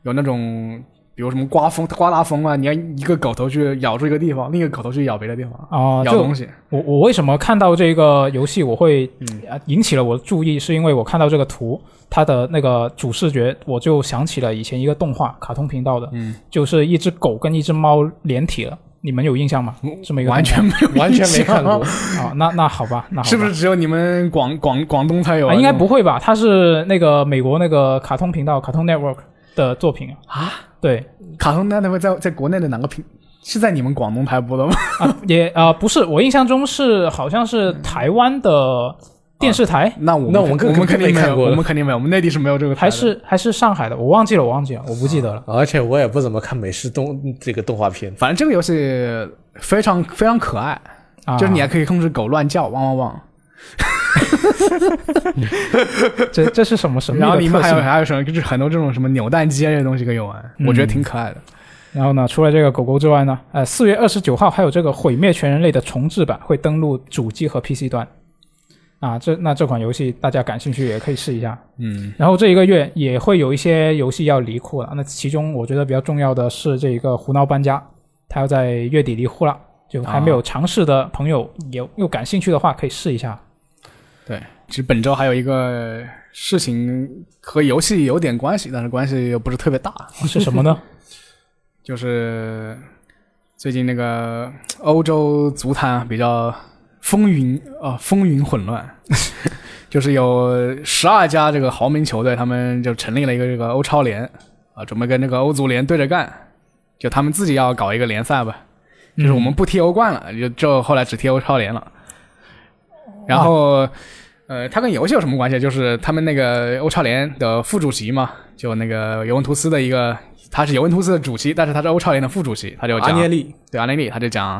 S3: 有那种，比如什么刮风、刮大风啊，你要一个狗头去咬住一个地方，另一个狗头去咬别的地方，
S2: 啊，
S3: 咬
S2: 就
S3: 东西。
S2: 我我为什么看到这个游戏我会
S3: 嗯
S2: 呃引起了我的注意，是因为我看到这个图，它的那个主视觉，我就想起了以前一个动画卡通频道的，
S3: 嗯，
S2: 就是一只狗跟一只猫连体了，你们有印象吗？这么一个
S3: 嗯完全没有，
S4: 完全没看过，
S2: 啊、那那好吧，那好吧
S3: 是不是只有你们广广广东才有、
S2: 啊？应该不会吧？它是那个美国那个卡通频道卡通 Network 的作品
S3: 啊。
S2: 对
S3: 卡通那那会在在国内的哪个频？是在你们广东台播的吗？
S2: 啊，也啊、不是，我印象中是好像是
S3: 嗯
S2: 台湾的电视台。
S3: 那我们
S4: 那我们
S3: 肯
S4: 更
S3: 我们肯定没
S4: 更没
S3: 有，
S4: 看过了
S3: 我们肯定没有，我们内地是没有这个台
S2: 还
S3: 的。
S2: 是还是上海的，我忘记了，我忘记了，我不记得了。
S4: 而且我也不怎么看美式动这个动画片。
S3: 反正这个游戏非常非常可爱，
S2: 啊，
S3: 就是你还可以控制狗乱叫，汪汪汪。
S2: 这这是什么神秘的
S3: 然后里面
S2: 特
S3: 还有
S2: 性
S3: 还有什么，就是很多这种什么扭蛋机啊这些东西可以玩，
S2: 嗯
S3: 我觉得挺可爱的。
S2: 然后呢，除了这个狗狗之外呢，呃，四月二十九号还有这个《毁灭全人类》的重置版会登陆主机和 PC 端。啊，这那这款游戏大家感兴趣也可以试一下。
S3: 嗯，
S2: 然后这一个月也会有一些游戏要离库了，那其中我觉得比较重要的是这个《胡闹搬家》，它要在月底离库了，就还
S3: 啊
S2: 没有尝试的朋友也又感兴趣的话可以试一下。
S3: 对。其实本周还有一个事情和游戏有点关系，但是关系又不是特别大，
S2: 是什么呢？
S3: 就是最近那个欧洲足坛啊比较风云啊、风云混 乱，就是有十二家这个豪门球队，他们就成立了一个这个欧超联啊，准备跟这个欧足联对着干，就他们自己要搞一个联赛吧，
S4: 嗯
S3: 就是我们不踢欧冠了，就就后来只踢欧超联了。然后，呃，它跟游戏有什么关系？就是他们那个欧超联的副主席嘛，就那个尤文图斯的一个，他是尤文图斯的主席，但是他是欧超联的副主席，他就
S4: 阿
S3: 讲
S4: 涅利，
S3: 对阿内利，他就讲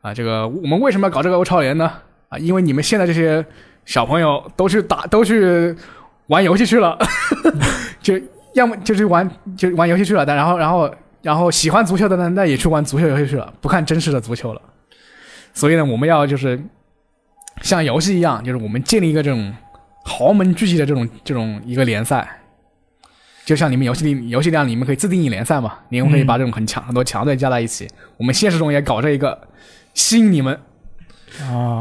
S3: 啊、这个我们为什么要搞这个欧超联呢？啊，因为你们现在这些小朋友都去打，都去玩游戏去了， 就要么就是玩就玩游戏去了，但然后然后然后喜欢足球的呢，那也去玩足球游戏去了，不看真实的足球了。所以呢，我们要就是像游戏一样，就是我们建立一个这种豪门聚集的这种这种一个联赛。就像你们游戏里游戏里面你们可以自定义联赛嘛，你们可以把这种很强、很多强队加在一起。我们现实中也搞这一个，吸引你们。
S2: 啊，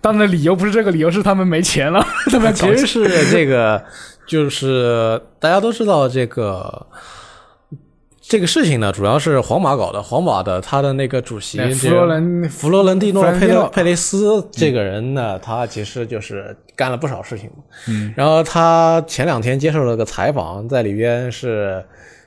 S3: 当然，理由不是这个，理由是他们没钱了， 他们
S4: 其
S3: 搞
S4: 实是这个，就是大家都知道这个这个事情呢，主要是皇马搞的。皇马的他的那个主席
S3: 对
S4: 这
S3: 哎弗
S4: 个
S3: 洛伦
S4: 弗洛伦蒂诺
S3: 弗洛伦
S4: 佩
S3: 蒂
S4: 雷
S3: 诺嗯
S4: 佩雷斯这个人呢，他其实就是干了不少事情嘛。嗯，然后他前两天接受了个采访，在里边是。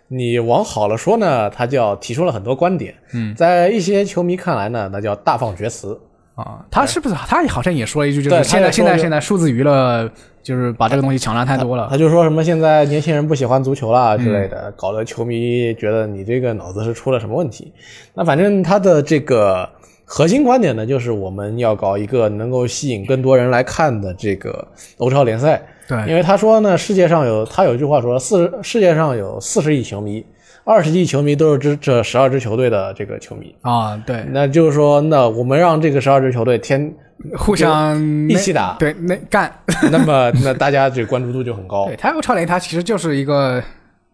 S4: 你往好了说呢，他就要提出了很多观点。嗯，在一些球迷看来呢，那叫大放厥词。
S3: 啊，他是不是他好像也说了一句，就
S4: 对
S3: 是
S4: 他
S3: 现在
S4: 也
S3: 现
S4: 说
S3: 在
S4: 是
S3: 现在数字娱乐就是把这个东西抢占太多了
S4: 他，就说什么现在年轻人不喜欢足球啦之类的，搞得球迷觉得你这个脑子是出了什么问题。那反正他的这个核心观点呢，就是我们要搞一个能够吸引更多人来看的这个欧超联赛。因
S3: 对，
S4: 为他说呢，世界上有他有一句话说，四世界上有四十亿球迷，二十亿球迷都是这这十二支球队的这个球迷。
S3: 啊，对，
S4: 那就是说，那我们让这个十二支球队天，
S3: 互相
S4: 一 起打
S3: 对，那干，
S4: 那么那大家这个关注度就很高
S3: 对，。他欧超联，它其实就是一个，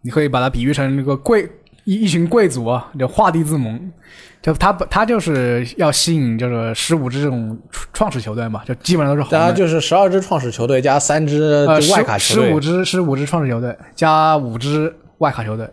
S3: 你可以把它比喻成一个贵一一群贵族啊，就画地自萌，就他他就是要吸引就是十五支这种创创始球队嘛，就基本上都是
S4: 大
S3: 红
S4: 家
S3: 人。
S4: 就是十二支创始球队加三支
S3: 呃，
S4: 就外卡球
S3: 十
S4: 队，
S3: 五支十五支创始球队加五支外卡球队，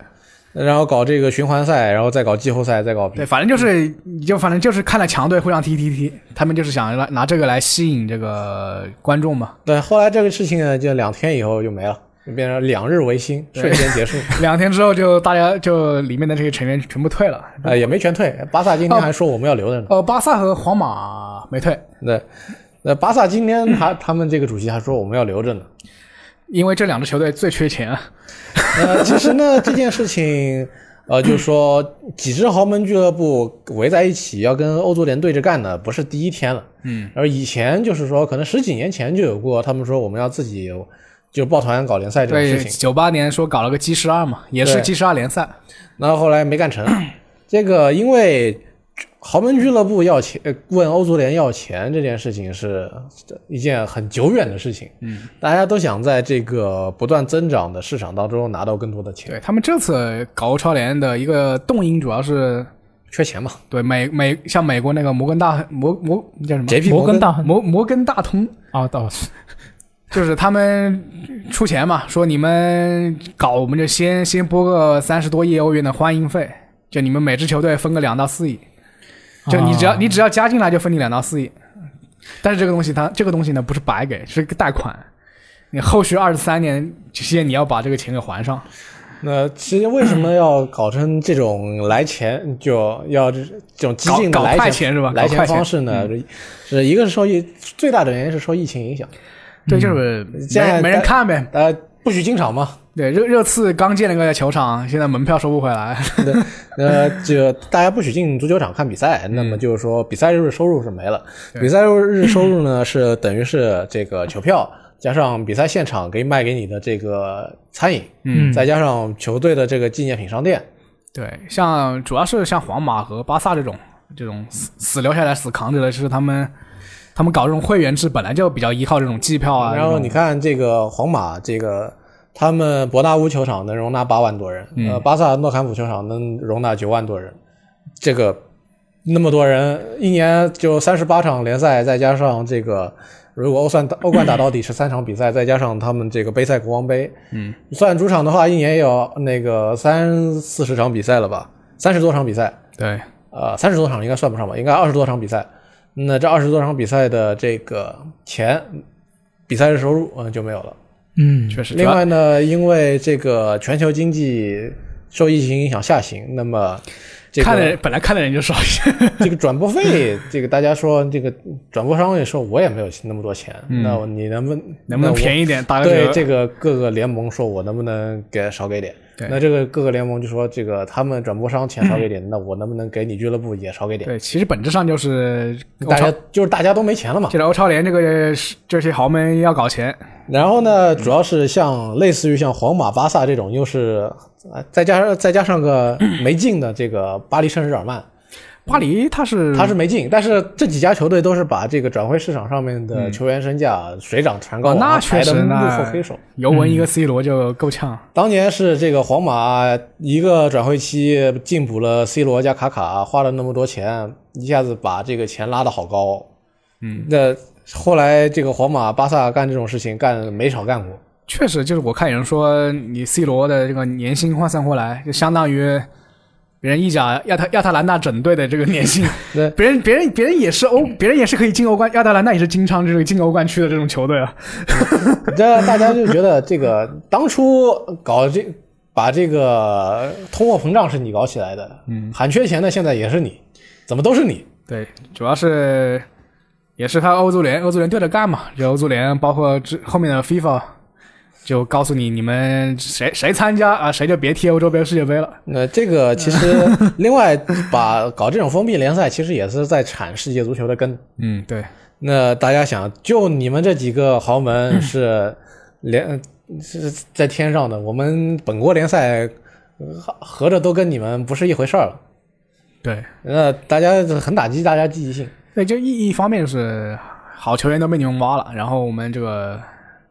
S4: 然后搞这个循环赛，然后再搞季后赛，再搞
S3: 对，反正就是你就反正就是看了强队互相踢踢踢，他们就是想来拿这个来吸引这个观众嘛。
S4: 对。后来这个事情呢，就两天以后就没了，就变成两日维新，瞬间 结束。
S3: 两天之后就大家就里面的这些成员全部退了，
S4: 呃，也没全退，巴萨今天还说我们要留 着呢。
S3: 呃，巴萨和皇马没退，
S4: 那那巴萨今天还他们这个主席还说我们要留着呢。
S3: 因为这两支球队最缺钱啊。
S4: 呃，其实呢，这件事情，呃，就是说几支豪门俱乐部围在一起要跟欧足联对着干呢，不是第一天了。嗯，而以前就是说，可能十几年前就有过，他们说我们要自己就抱团搞联赛这种
S3: 对
S4: 事，情，
S3: 九八年说搞了个 G 十二嘛，也是
S4: 对
S3: G 十二联赛。
S4: 然后后来没干成。这个因为豪门俱乐部要钱，呃问欧足联要钱这件事情是一件很久远的事情。嗯，大家都想在这个不断增长的市场当中拿到更多的钱，
S3: 对他们这次搞欧超联的一个动因，主要是
S4: 缺钱嘛。
S3: 对美美像美国那个摩根大摩摩叫什么
S4: JP
S2: 摩根大亨
S3: 摩摩根大通，
S2: 啊，倒是
S3: 就是他们出钱嘛， 说你们搞，我们就先先拨个三十多亿欧元的欢迎费，就你们每支球队分个两到四亿，就你只要、
S2: 啊
S3: 你只要加进来就分你两到四亿，但是这个东西它这个东西呢不是白给，是个贷款，你后续二十三年期间你要把这个钱给还上。
S2: 嗯
S4: 那其实为什么要搞成这种来钱就要这种激进的
S3: 搞搞
S4: 来
S3: 快钱
S4: 钱
S3: 是吧
S4: 来
S3: 搞快
S4: 钱
S3: 钱嗯
S4: 方式呢？是一个是受疫最大的原因是受疫情影响，
S3: 对，就是
S4: 现在
S3: 没没人看呗。
S4: 大家不许进场嘛。
S3: 对，热热刺刚建了个球场，现在门票收不回来。
S4: 呃，就大家不许进足球场看比赛，那么就是说比赛日收入是没了。比赛日收入呢是等于是这个球票加上比赛现场给卖给你的这个餐饮，嗯，再加上球队的这个纪念品商店，
S3: 对，像主要是像皇马和巴萨这种这种死死留下来死扛着的，是他们他们搞这种会员制本来就比较依靠这种机票啊。
S4: 然后
S3: 这
S4: 你
S3: 种
S4: 看这个皇马，这个他们伯纳乌球场能容纳八万多人，
S3: 嗯
S4: 呃，巴萨诺坎普球场能容纳九万多人，这个那么多人，一年就三十八场联赛，再加上这个。如果欧算欧冠打到底十三场比赛，再加上他们这个杯赛国王杯，嗯，算主场的话，一年也有那个三四十场比赛了吧，三十多场比赛，
S3: 对
S4: 呃，三十多场应该算不上吧，应该二十多场比赛。那这二十多场比赛的这个钱，比赛日收入嗯就没有了。
S2: 嗯，
S3: 确实，
S4: 另
S3: 主要
S4: 外呢，因为这个全球经济受疫情影响下行，那么这
S3: 看的
S4: 个
S3: 人本来看的人就少一 些。
S4: 这个转播费，这个大家说这个转播商也说我也没有那么多钱，那我你能不能
S3: 嗯能不能便
S4: 宜？
S3: 宜一点？打个
S4: 对
S3: 折。
S4: 这个各个联盟说，我能不能给少给点？
S3: 对
S4: 那这个各个联盟就说，这个他们转播商钱少给点，那我能不能给你俱乐部也少给点？
S3: 对，其实本质上就是欧
S4: 大
S3: 超
S4: 家，就是大家都没钱了嘛
S3: 就。是欧超联这个这些豪门要搞钱。
S4: 然后呢，主要是像类似于像皇马、巴萨这种，又是呃再加上再加 上个没进的这个巴黎圣日耳曼，
S3: 巴黎他是
S4: 他是没进，但是这几家球队都是把这个转会市场上面的球员身价水涨船
S3: 嗯
S4: 高，
S3: 哦，那
S4: 往上
S3: 确
S4: 抬
S3: 实
S4: 的幕
S3: 那
S4: 后黑手。嗯
S3: 尤文一个 C 罗就够呛。
S4: 当年是这个皇马一个转会期进补了 C 罗加卡卡，花了那么多钱，一下子把这个钱拉得好高。嗯，那后来这个皇马、巴萨干这种事情干没少干过。
S3: 确实，就是我看有人说，你 C 罗的这个年薪换算过来，就相当于别人意甲亚特亚特兰大整队的这个年 薪。
S4: 对
S3: 别人别人别人也是欧，别人也是可以进欧冠，亚特兰大也是经常就是进欧冠区的这种球队啊。
S4: 这大家就觉得这个当初搞这把这个通货膨胀是你搞起来的，嗯，喊缺钱的现在也是你，怎么都是你。
S3: 对，主要是也是看欧足联，欧足联对着干嘛。就欧足联包括之后面的 FIFA，就告诉你你们谁谁参加啊，谁就别踢欧洲杯、世界杯了。
S4: 那这个其 实，另外把搞这种封闭联赛，其实也是在铲世界足球的根。
S3: 嗯，对，
S4: 那大家想，就你们这几个豪门是联是在天上的，我们本国联赛呃合合着都跟你们不是一回事儿了。
S3: 对，
S4: 那大家很打击大家积极性。
S3: 对，就一一方面是好球员都被你们挖了，然后我们这个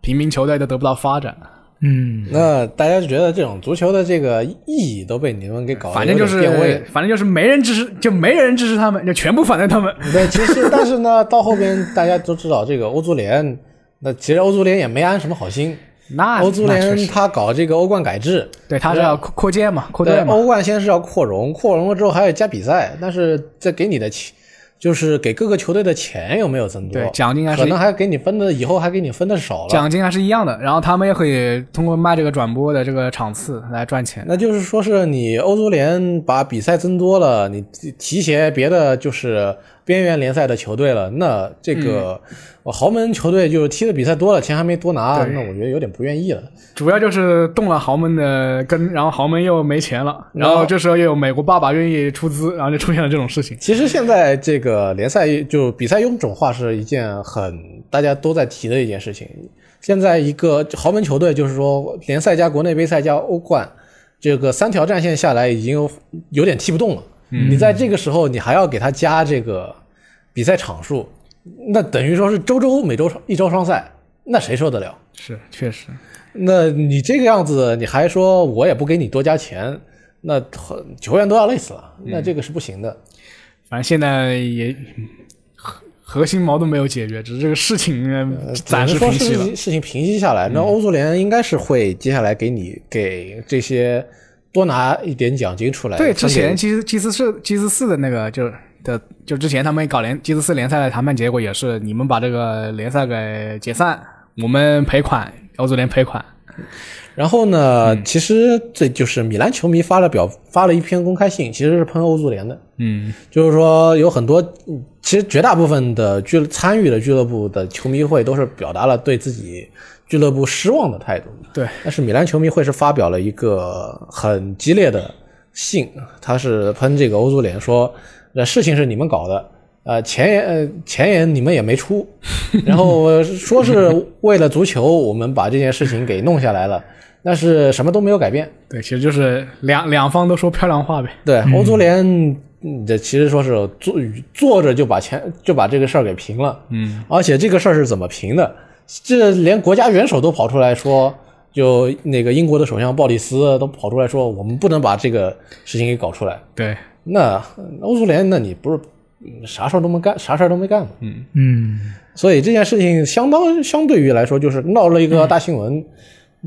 S3: 平民球队都得不到发展，
S2: 嗯，
S4: 那大家就觉得这种足球的这个意义都被你们给搞得
S3: 反正就是
S4: 有点变 味了
S3: 反正就是没人支持，就没人支持他们，就全部反对他们。
S4: 对，其实但是呢，到后边大家都知道，这个欧足联，那其实欧足联也没安什么好心。
S3: 那
S4: 欧足
S3: 那确
S4: 联
S3: 实
S4: 他搞这个欧冠改制，
S3: 对他是要扩扩建嘛，扩
S4: 对
S3: 队，嘛，
S4: 欧冠先是要扩容，扩容了之后还要加比赛，但是这给你的钱，就是给各个球队的钱有没有增多？
S3: 对奖金还是
S4: 可能还给你分的，以后还给你分的少了。
S3: 奖金还是一样的，然后他们也可以通过卖这个转播的这个场次来赚钱。
S4: 那就是说是你欧足联把比赛增多了，你提携别的就是边缘联赛的球队了，那这个呃豪门球队就是踢的比赛多了，钱还没多拿，
S3: 对
S4: 那我觉得有点不愿意了。
S3: 主要就是动了豪门的根，然后豪门又没钱了，
S4: 然
S3: 然
S4: 后
S3: 后这时候又有美国爸爸愿意出资，然后就出现了这种事情。
S4: 其实现在这个联赛就比赛臃肿化是一件很大家都在提的一件事情。现在一个豪门球队就是说联赛加国内杯赛加欧冠，这个三条战线下来已经有有点踢不动了。你在这个时候你还要给他加这个比赛场数，那等于说是周周每周一周双赛，那谁受得了？
S3: 是，确实，
S4: 那你这个样子，你还说我也不给你多加钱，那球员都要累死了，那这个是不行的。
S3: 反正现在也核核心矛盾没有解决，只是这个事情呃暂时
S4: 只能
S3: 平
S4: 说
S3: 息
S4: 事
S3: 了。
S4: 情事情平息下来，
S3: 嗯
S4: 那欧足联应该是会接下来给你给这些多拿一点奖金出来。
S3: 对，之前
S4: 分
S3: 其实基斯四基斯四的那个就是的，就之前他们搞联基斯四联赛的谈判结果也是，你们把这个联赛给解散，我们赔款，欧足联赔款。
S4: 给，然后呢，
S3: 嗯
S4: 其实这就是米兰球迷发了表发了一篇公开信，其实是喷欧足联的，
S3: 嗯，
S4: 就是说有很多，嗯其实绝大部分的俱参与的俱乐部的球迷会都是表达了对自己俱乐部失望的态度。
S3: 对，
S4: 但是米兰球迷会是发表了一个很激烈的信，他是喷这个欧足联说，呃，事情是你们搞的，呃，钱也呃钱也你们也没出， 然后呃说是为了足球，我们把这件事情给弄下来了，但是什么都没有改变。
S3: 对，其实就是两两方都说漂亮话呗。
S4: 对，欧足联，嗯这其实说是坐坐着就把钱就把这个事儿给平了。
S3: 嗯，
S4: 而且这个事儿是怎么平的？这连国家元首都跑出来说，就那个英国的首相鲍里斯都跑出来说，我们不能把这个事情给搞出来。
S3: 对，
S4: 那嗯欧足联，那你不是嗯啥事儿都没干，啥事儿都没干吗？
S2: 嗯，
S4: 所以这件事情相当相对于来说，就是闹了一个大新闻，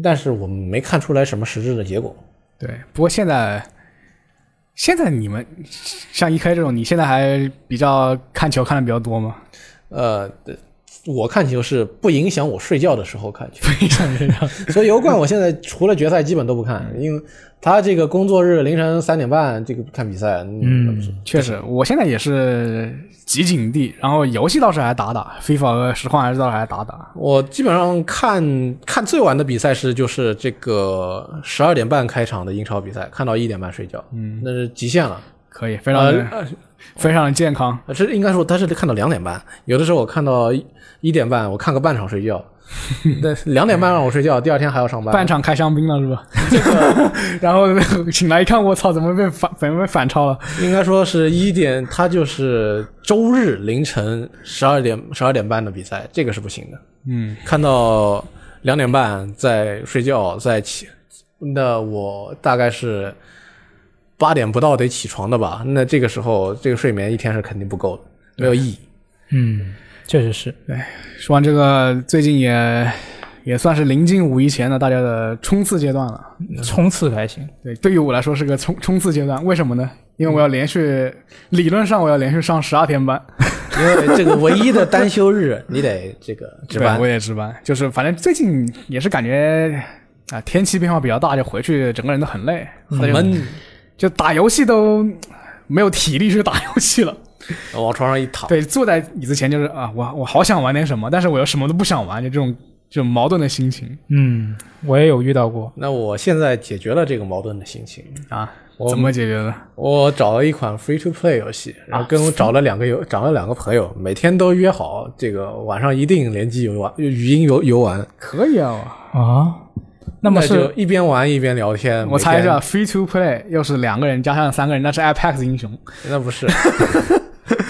S4: 但是我们没看出来什么实质的结果。
S3: 对，不过现在，现在你们像 E.K 这种，你现在还比较看球看的比较多吗？
S4: 呃，对我看球是不影响我睡觉的时候看球。
S3: 非常非常。
S4: 所以欧冠我现在除了决赛基本都不看，因为他这个工作日凌晨三点半这个看比赛，嗯，那不是
S3: 确实，我现在也是集锦地，然后游戏倒是还打打，FIFA 和实况还是倒是还打打。
S4: 我基本上看看最晚的比赛是就是这个十二点半开场的英超比赛，看到一点半睡觉，嗯，那是极限了。
S3: 可以，非常的、
S4: 呃
S3: 非常的健康。
S4: 呃这应该说他是看到两点半，有的时候我看到一一点半，我看个半场睡 觉，那两点半让我睡觉，第二天还要上班。
S3: 半场开香槟了是吧？ 然后醒来一看，我操，怎么被反怎么被反超了？
S4: 应该说是一点，他就是周日凌晨十二点十二点半的比赛，这个是不行的。
S3: 嗯，
S4: 看到两点半在睡觉，在起，那我大概是八点不到得起床的吧？那这个时候，这个睡眠一天是肯定不够的，没有意义。
S2: 嗯，确实是，
S3: 说完这个，最近也也算是临近五一前的大家的冲刺阶段了。
S2: 冲刺还行，
S3: 对，对于我来说是个冲冲刺阶段，为什么呢？因为我要连续，理论上我要连续上十二天班，
S4: 因为这个唯一的单休日，你得这个值
S3: 对
S4: 班
S3: 我。也值班，就是反正最近也是感觉啊、天气变化比较大，就回去整个人都很累，
S4: 很闷，
S3: 就打游戏都没有体力去打游戏了。
S4: 我往床上一躺，
S3: 对，坐在椅子前就是啊，我我好想玩点什么，但是我又什么都不想玩，就这种这种矛盾的心情
S2: 嗯，我也有遇到过，
S4: 那我现在解决了这个矛盾的心情，
S3: 啊
S4: 我，
S3: 怎么解决的？
S4: 我找了一款 free to play 游戏，然后跟我找了两个友，找了两个朋友，每天都约好这个晚上一定联机游玩，语音游游玩。
S3: 可以啊，
S2: 啊，那么
S4: 就是一边玩一边聊天。
S3: 我猜一
S4: 每
S3: 下
S4: 天，
S3: ，free to play 又是两个人加上三个人，那是 Apex 英雄，
S4: 那不是。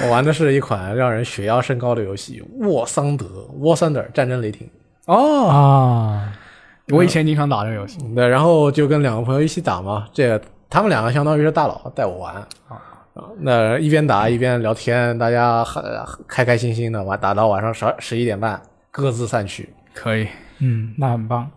S4: 我玩的是一款让人血压升高的游戏《沃桑德》（War Thunder） 战争雷霆。
S3: 哦，
S2: 啊，
S3: 我以前经常打这个游戏，
S4: 对，然后就跟两个朋友一起打嘛。这个他们两个相当于是大佬带我玩啊，那一边打一边聊天，大家呃开开心心的玩，打到晚上十十一点半，各自散去。
S3: 可以，
S2: 嗯，那很棒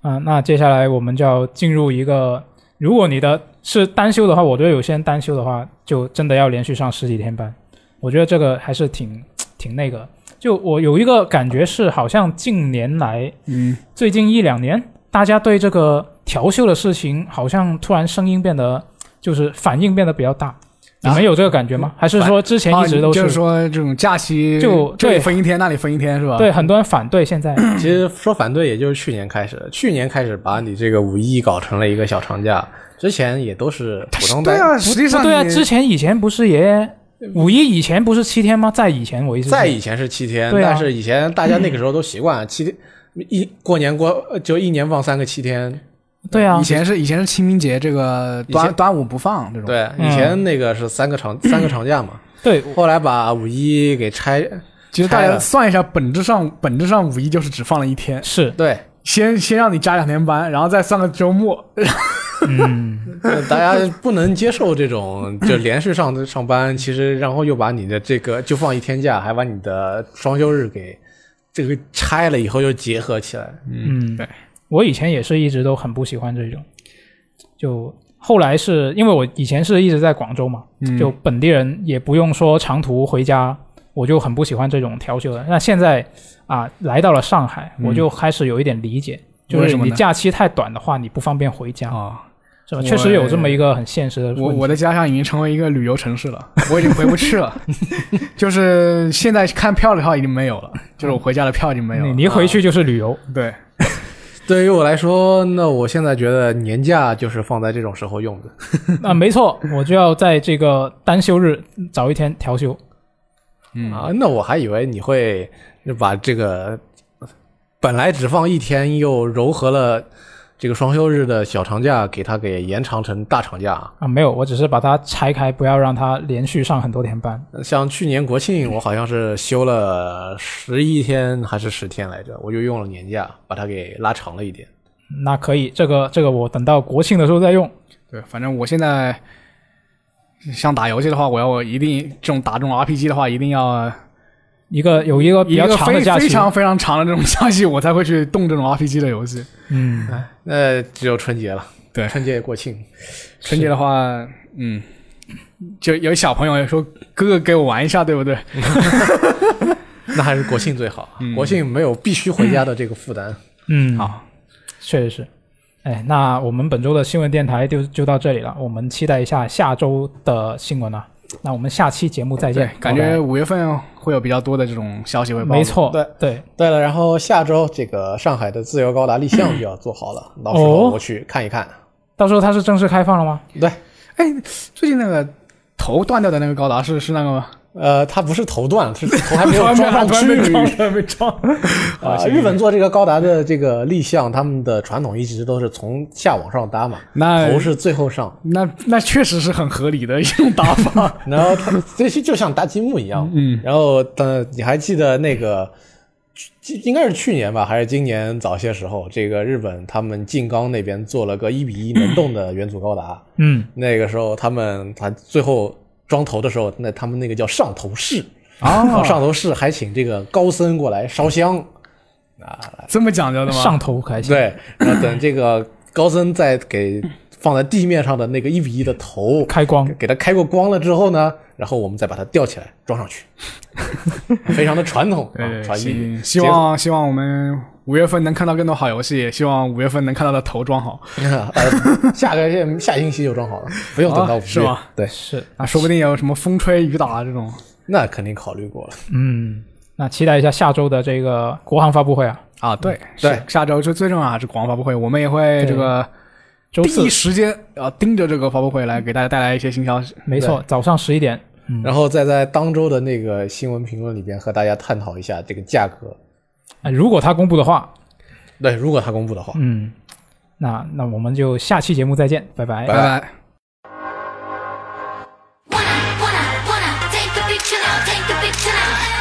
S2: 啊、那接下来我们就要进入一个，如果你的是单休的话，我觉得有些人单休的话，就真的要连续上十几天班。我觉得这个还是挺挺那个。就我有一个感觉是，好像近年来
S3: 嗯，
S2: 最近一两年，大家对这个调休的事情，好像突然声音变得就是反应变得比较大。你们有这个感觉吗？还是说之前一直
S3: 啊
S2: 都
S3: 你
S2: 是？
S3: 就是说这种假期
S2: 就
S3: 这里
S2: 对
S3: 分一天，那里分一天是吧？
S2: 对，，很多人反对 现在。
S4: 其实说反对，也就是去年开始的，去年开始把你这个五一搞成了一个小长假，之前也都是普通的。
S3: 对啊，实际上
S2: 不对啊，
S3: 你
S2: 之前以前不是也五一以前不是七天吗？在以前我一直
S4: 在以前是七天，
S2: 对啊
S4: 但是以前大家那个时候都习惯七天一过年过就一年放三个七天。
S2: 对啊
S3: 以，前是以前是清明节这个
S4: 以前
S3: 端端午不放这种，
S4: 对，
S2: 嗯
S4: 以前那个是三个长、三个长假嘛，
S2: 对
S4: 后来把五一给拆，
S3: 其实大
S4: 拆
S3: 家
S4: 了
S3: 算一下，本质上本质上五一就是只放了一天，
S2: 是
S4: 对，
S3: 先先让你加两天班，然后再上个周末，
S2: 嗯
S4: 呃大家不能接受这种就连续上上班，其实然后又把你的这个就放一天假，还把你的双休日给这个拆了以后又结合起来。
S2: 嗯，
S3: 对，
S2: 我以前也是一直都很不喜欢这种，就后来是因为我以前是一直在广州嘛，
S3: 嗯
S2: 就本地人也不用说长途回家，我就很不喜欢这种调休的。那现在啊，来到了上海，我就开始有一点理解。就
S3: 嗯为
S2: 是
S3: 什么
S2: 你
S3: 呢
S2: 假期太短的话，你不方便回家，
S3: 啊，
S2: 是吧？
S3: 我
S2: 确实有这么一个很现实的问题。
S3: 我我的家乡已经成为一个旅游城市了，我已经回不去 了，就是现在看票的票已经没有了，就是我回家的票已经没有了。
S2: 你你一回去就是旅游，
S3: 对，
S4: 对于我来说，那我现在觉得年假就是放在这种时候用的。
S2: 啊，没错，我就要在这个单休日找一天调休。
S3: 嗯
S4: 啊，那我还以为你会把这个本来只放一天，又柔和了这个双休日的小长假，给它给延长成大长假。
S2: 啊，没有，我只是把它拆开，不要让它连续上很多天班。
S4: 像去年国庆，我好像是休了十一天还是十天来着，我就用了年假把它给拉长了一点。
S2: 那可以，这个这个我等到国庆的时候再用。
S3: 对，反正我现在像打游戏的话，我要我一定这种打这种 RPG 的话，一定要
S2: 一个有一个比
S3: 一
S2: 较
S3: 个
S2: 长的
S3: 非
S2: 假
S3: 非
S2: 期，
S3: 常非常长的这种假期，我才会去动这种 RPG 的游戏。
S2: 嗯，
S3: 哎
S4: 那只有春节了，
S3: 对
S4: 春节国庆，
S3: 春节的话，嗯，就有小朋友说：“哥哥给我玩一下，对不对
S4: 那还是国庆最好。
S3: 嗯
S4: 国庆没有必须回家的这个负担。
S2: 嗯，
S3: 好，
S2: 确实是。哎，那我们本周的新闻电台就就到这里了，我们期待一下下周的新闻啊。那我们下期节目再？”见
S3: 对，。感
S2: 好
S3: 觉
S2: 的
S3: 五月份会有比较多的这种消息会报。
S2: 没，错，
S4: 对
S2: 对，
S4: 对了，然后下周这个上海的自由高达立项就要做好了，到时
S2: 哦
S4: 候我去看一看。
S2: 到时候它是正式开放了吗？
S4: 对，
S3: 哎最近那个头断掉的那个高达是是那个吗？
S4: 呃，它不是头断，是头还 没 有装上去。
S3: 还 没装。
S4: 啊、日本做这个高达的这个立项，他们的传统一直都是从下往上搭嘛，
S3: 那
S4: 头是最后上，。
S3: 那那确实是很合理的一种打法
S4: 然后它这些就像搭积木一样。嗯，然后呃，你还记得那个？去应该是去年吧，还是今年早些时候，这个日本他们静冈那边做了个一比一能动的元祖高达，
S2: 嗯，
S4: 那个时候他们他最后装头的时候，那他们那个叫上头式
S3: 哦
S4: 上头式还请这个高僧过来烧
S3: 嗯
S4: 香，
S3: 这么讲究的吗？
S2: 上头开心。
S4: 对，然后等这个高僧再给放在地面上的那个一比一的头
S2: 开光
S4: 给它开过光了之后呢，然后我们再把它吊起来 装上去，非常的传统
S3: 对
S4: 啊，
S3: 对
S4: 传
S3: 希
S4: 艺。
S3: 希望希望我们五月份能看到更多好游戏，希望五月份能看到的头装好
S4: 呃，下个月下星期就装好了，不用等到
S3: 啊
S4: 五月。
S3: 是吗？
S4: 对，
S2: 是，
S3: 啊，说不定有什么风吹雨打啊这种
S4: 那肯定考虑过了。
S2: 嗯，那期待一下下周的这个国行发布会啊，
S3: 啊。对
S4: 对
S3: 是下周最最重要还是广发布会，我们也会这个
S2: 周
S3: 第
S2: 四
S3: 一时间啊盯着这个发布会来给大家带来一些新消息。
S2: 没错，早上十一点，嗯，
S4: 然后再在当周的那个新闻评论里边和大家探讨一下这个价格。
S2: 哎如果它公布的话，
S4: 对，如果它公布的话，
S2: 嗯，那那我们就下期节目再见，拜拜。
S4: 拜
S3: 拜拜。
S5: Wanna, wanna, wanna take a picture now, take a picture now.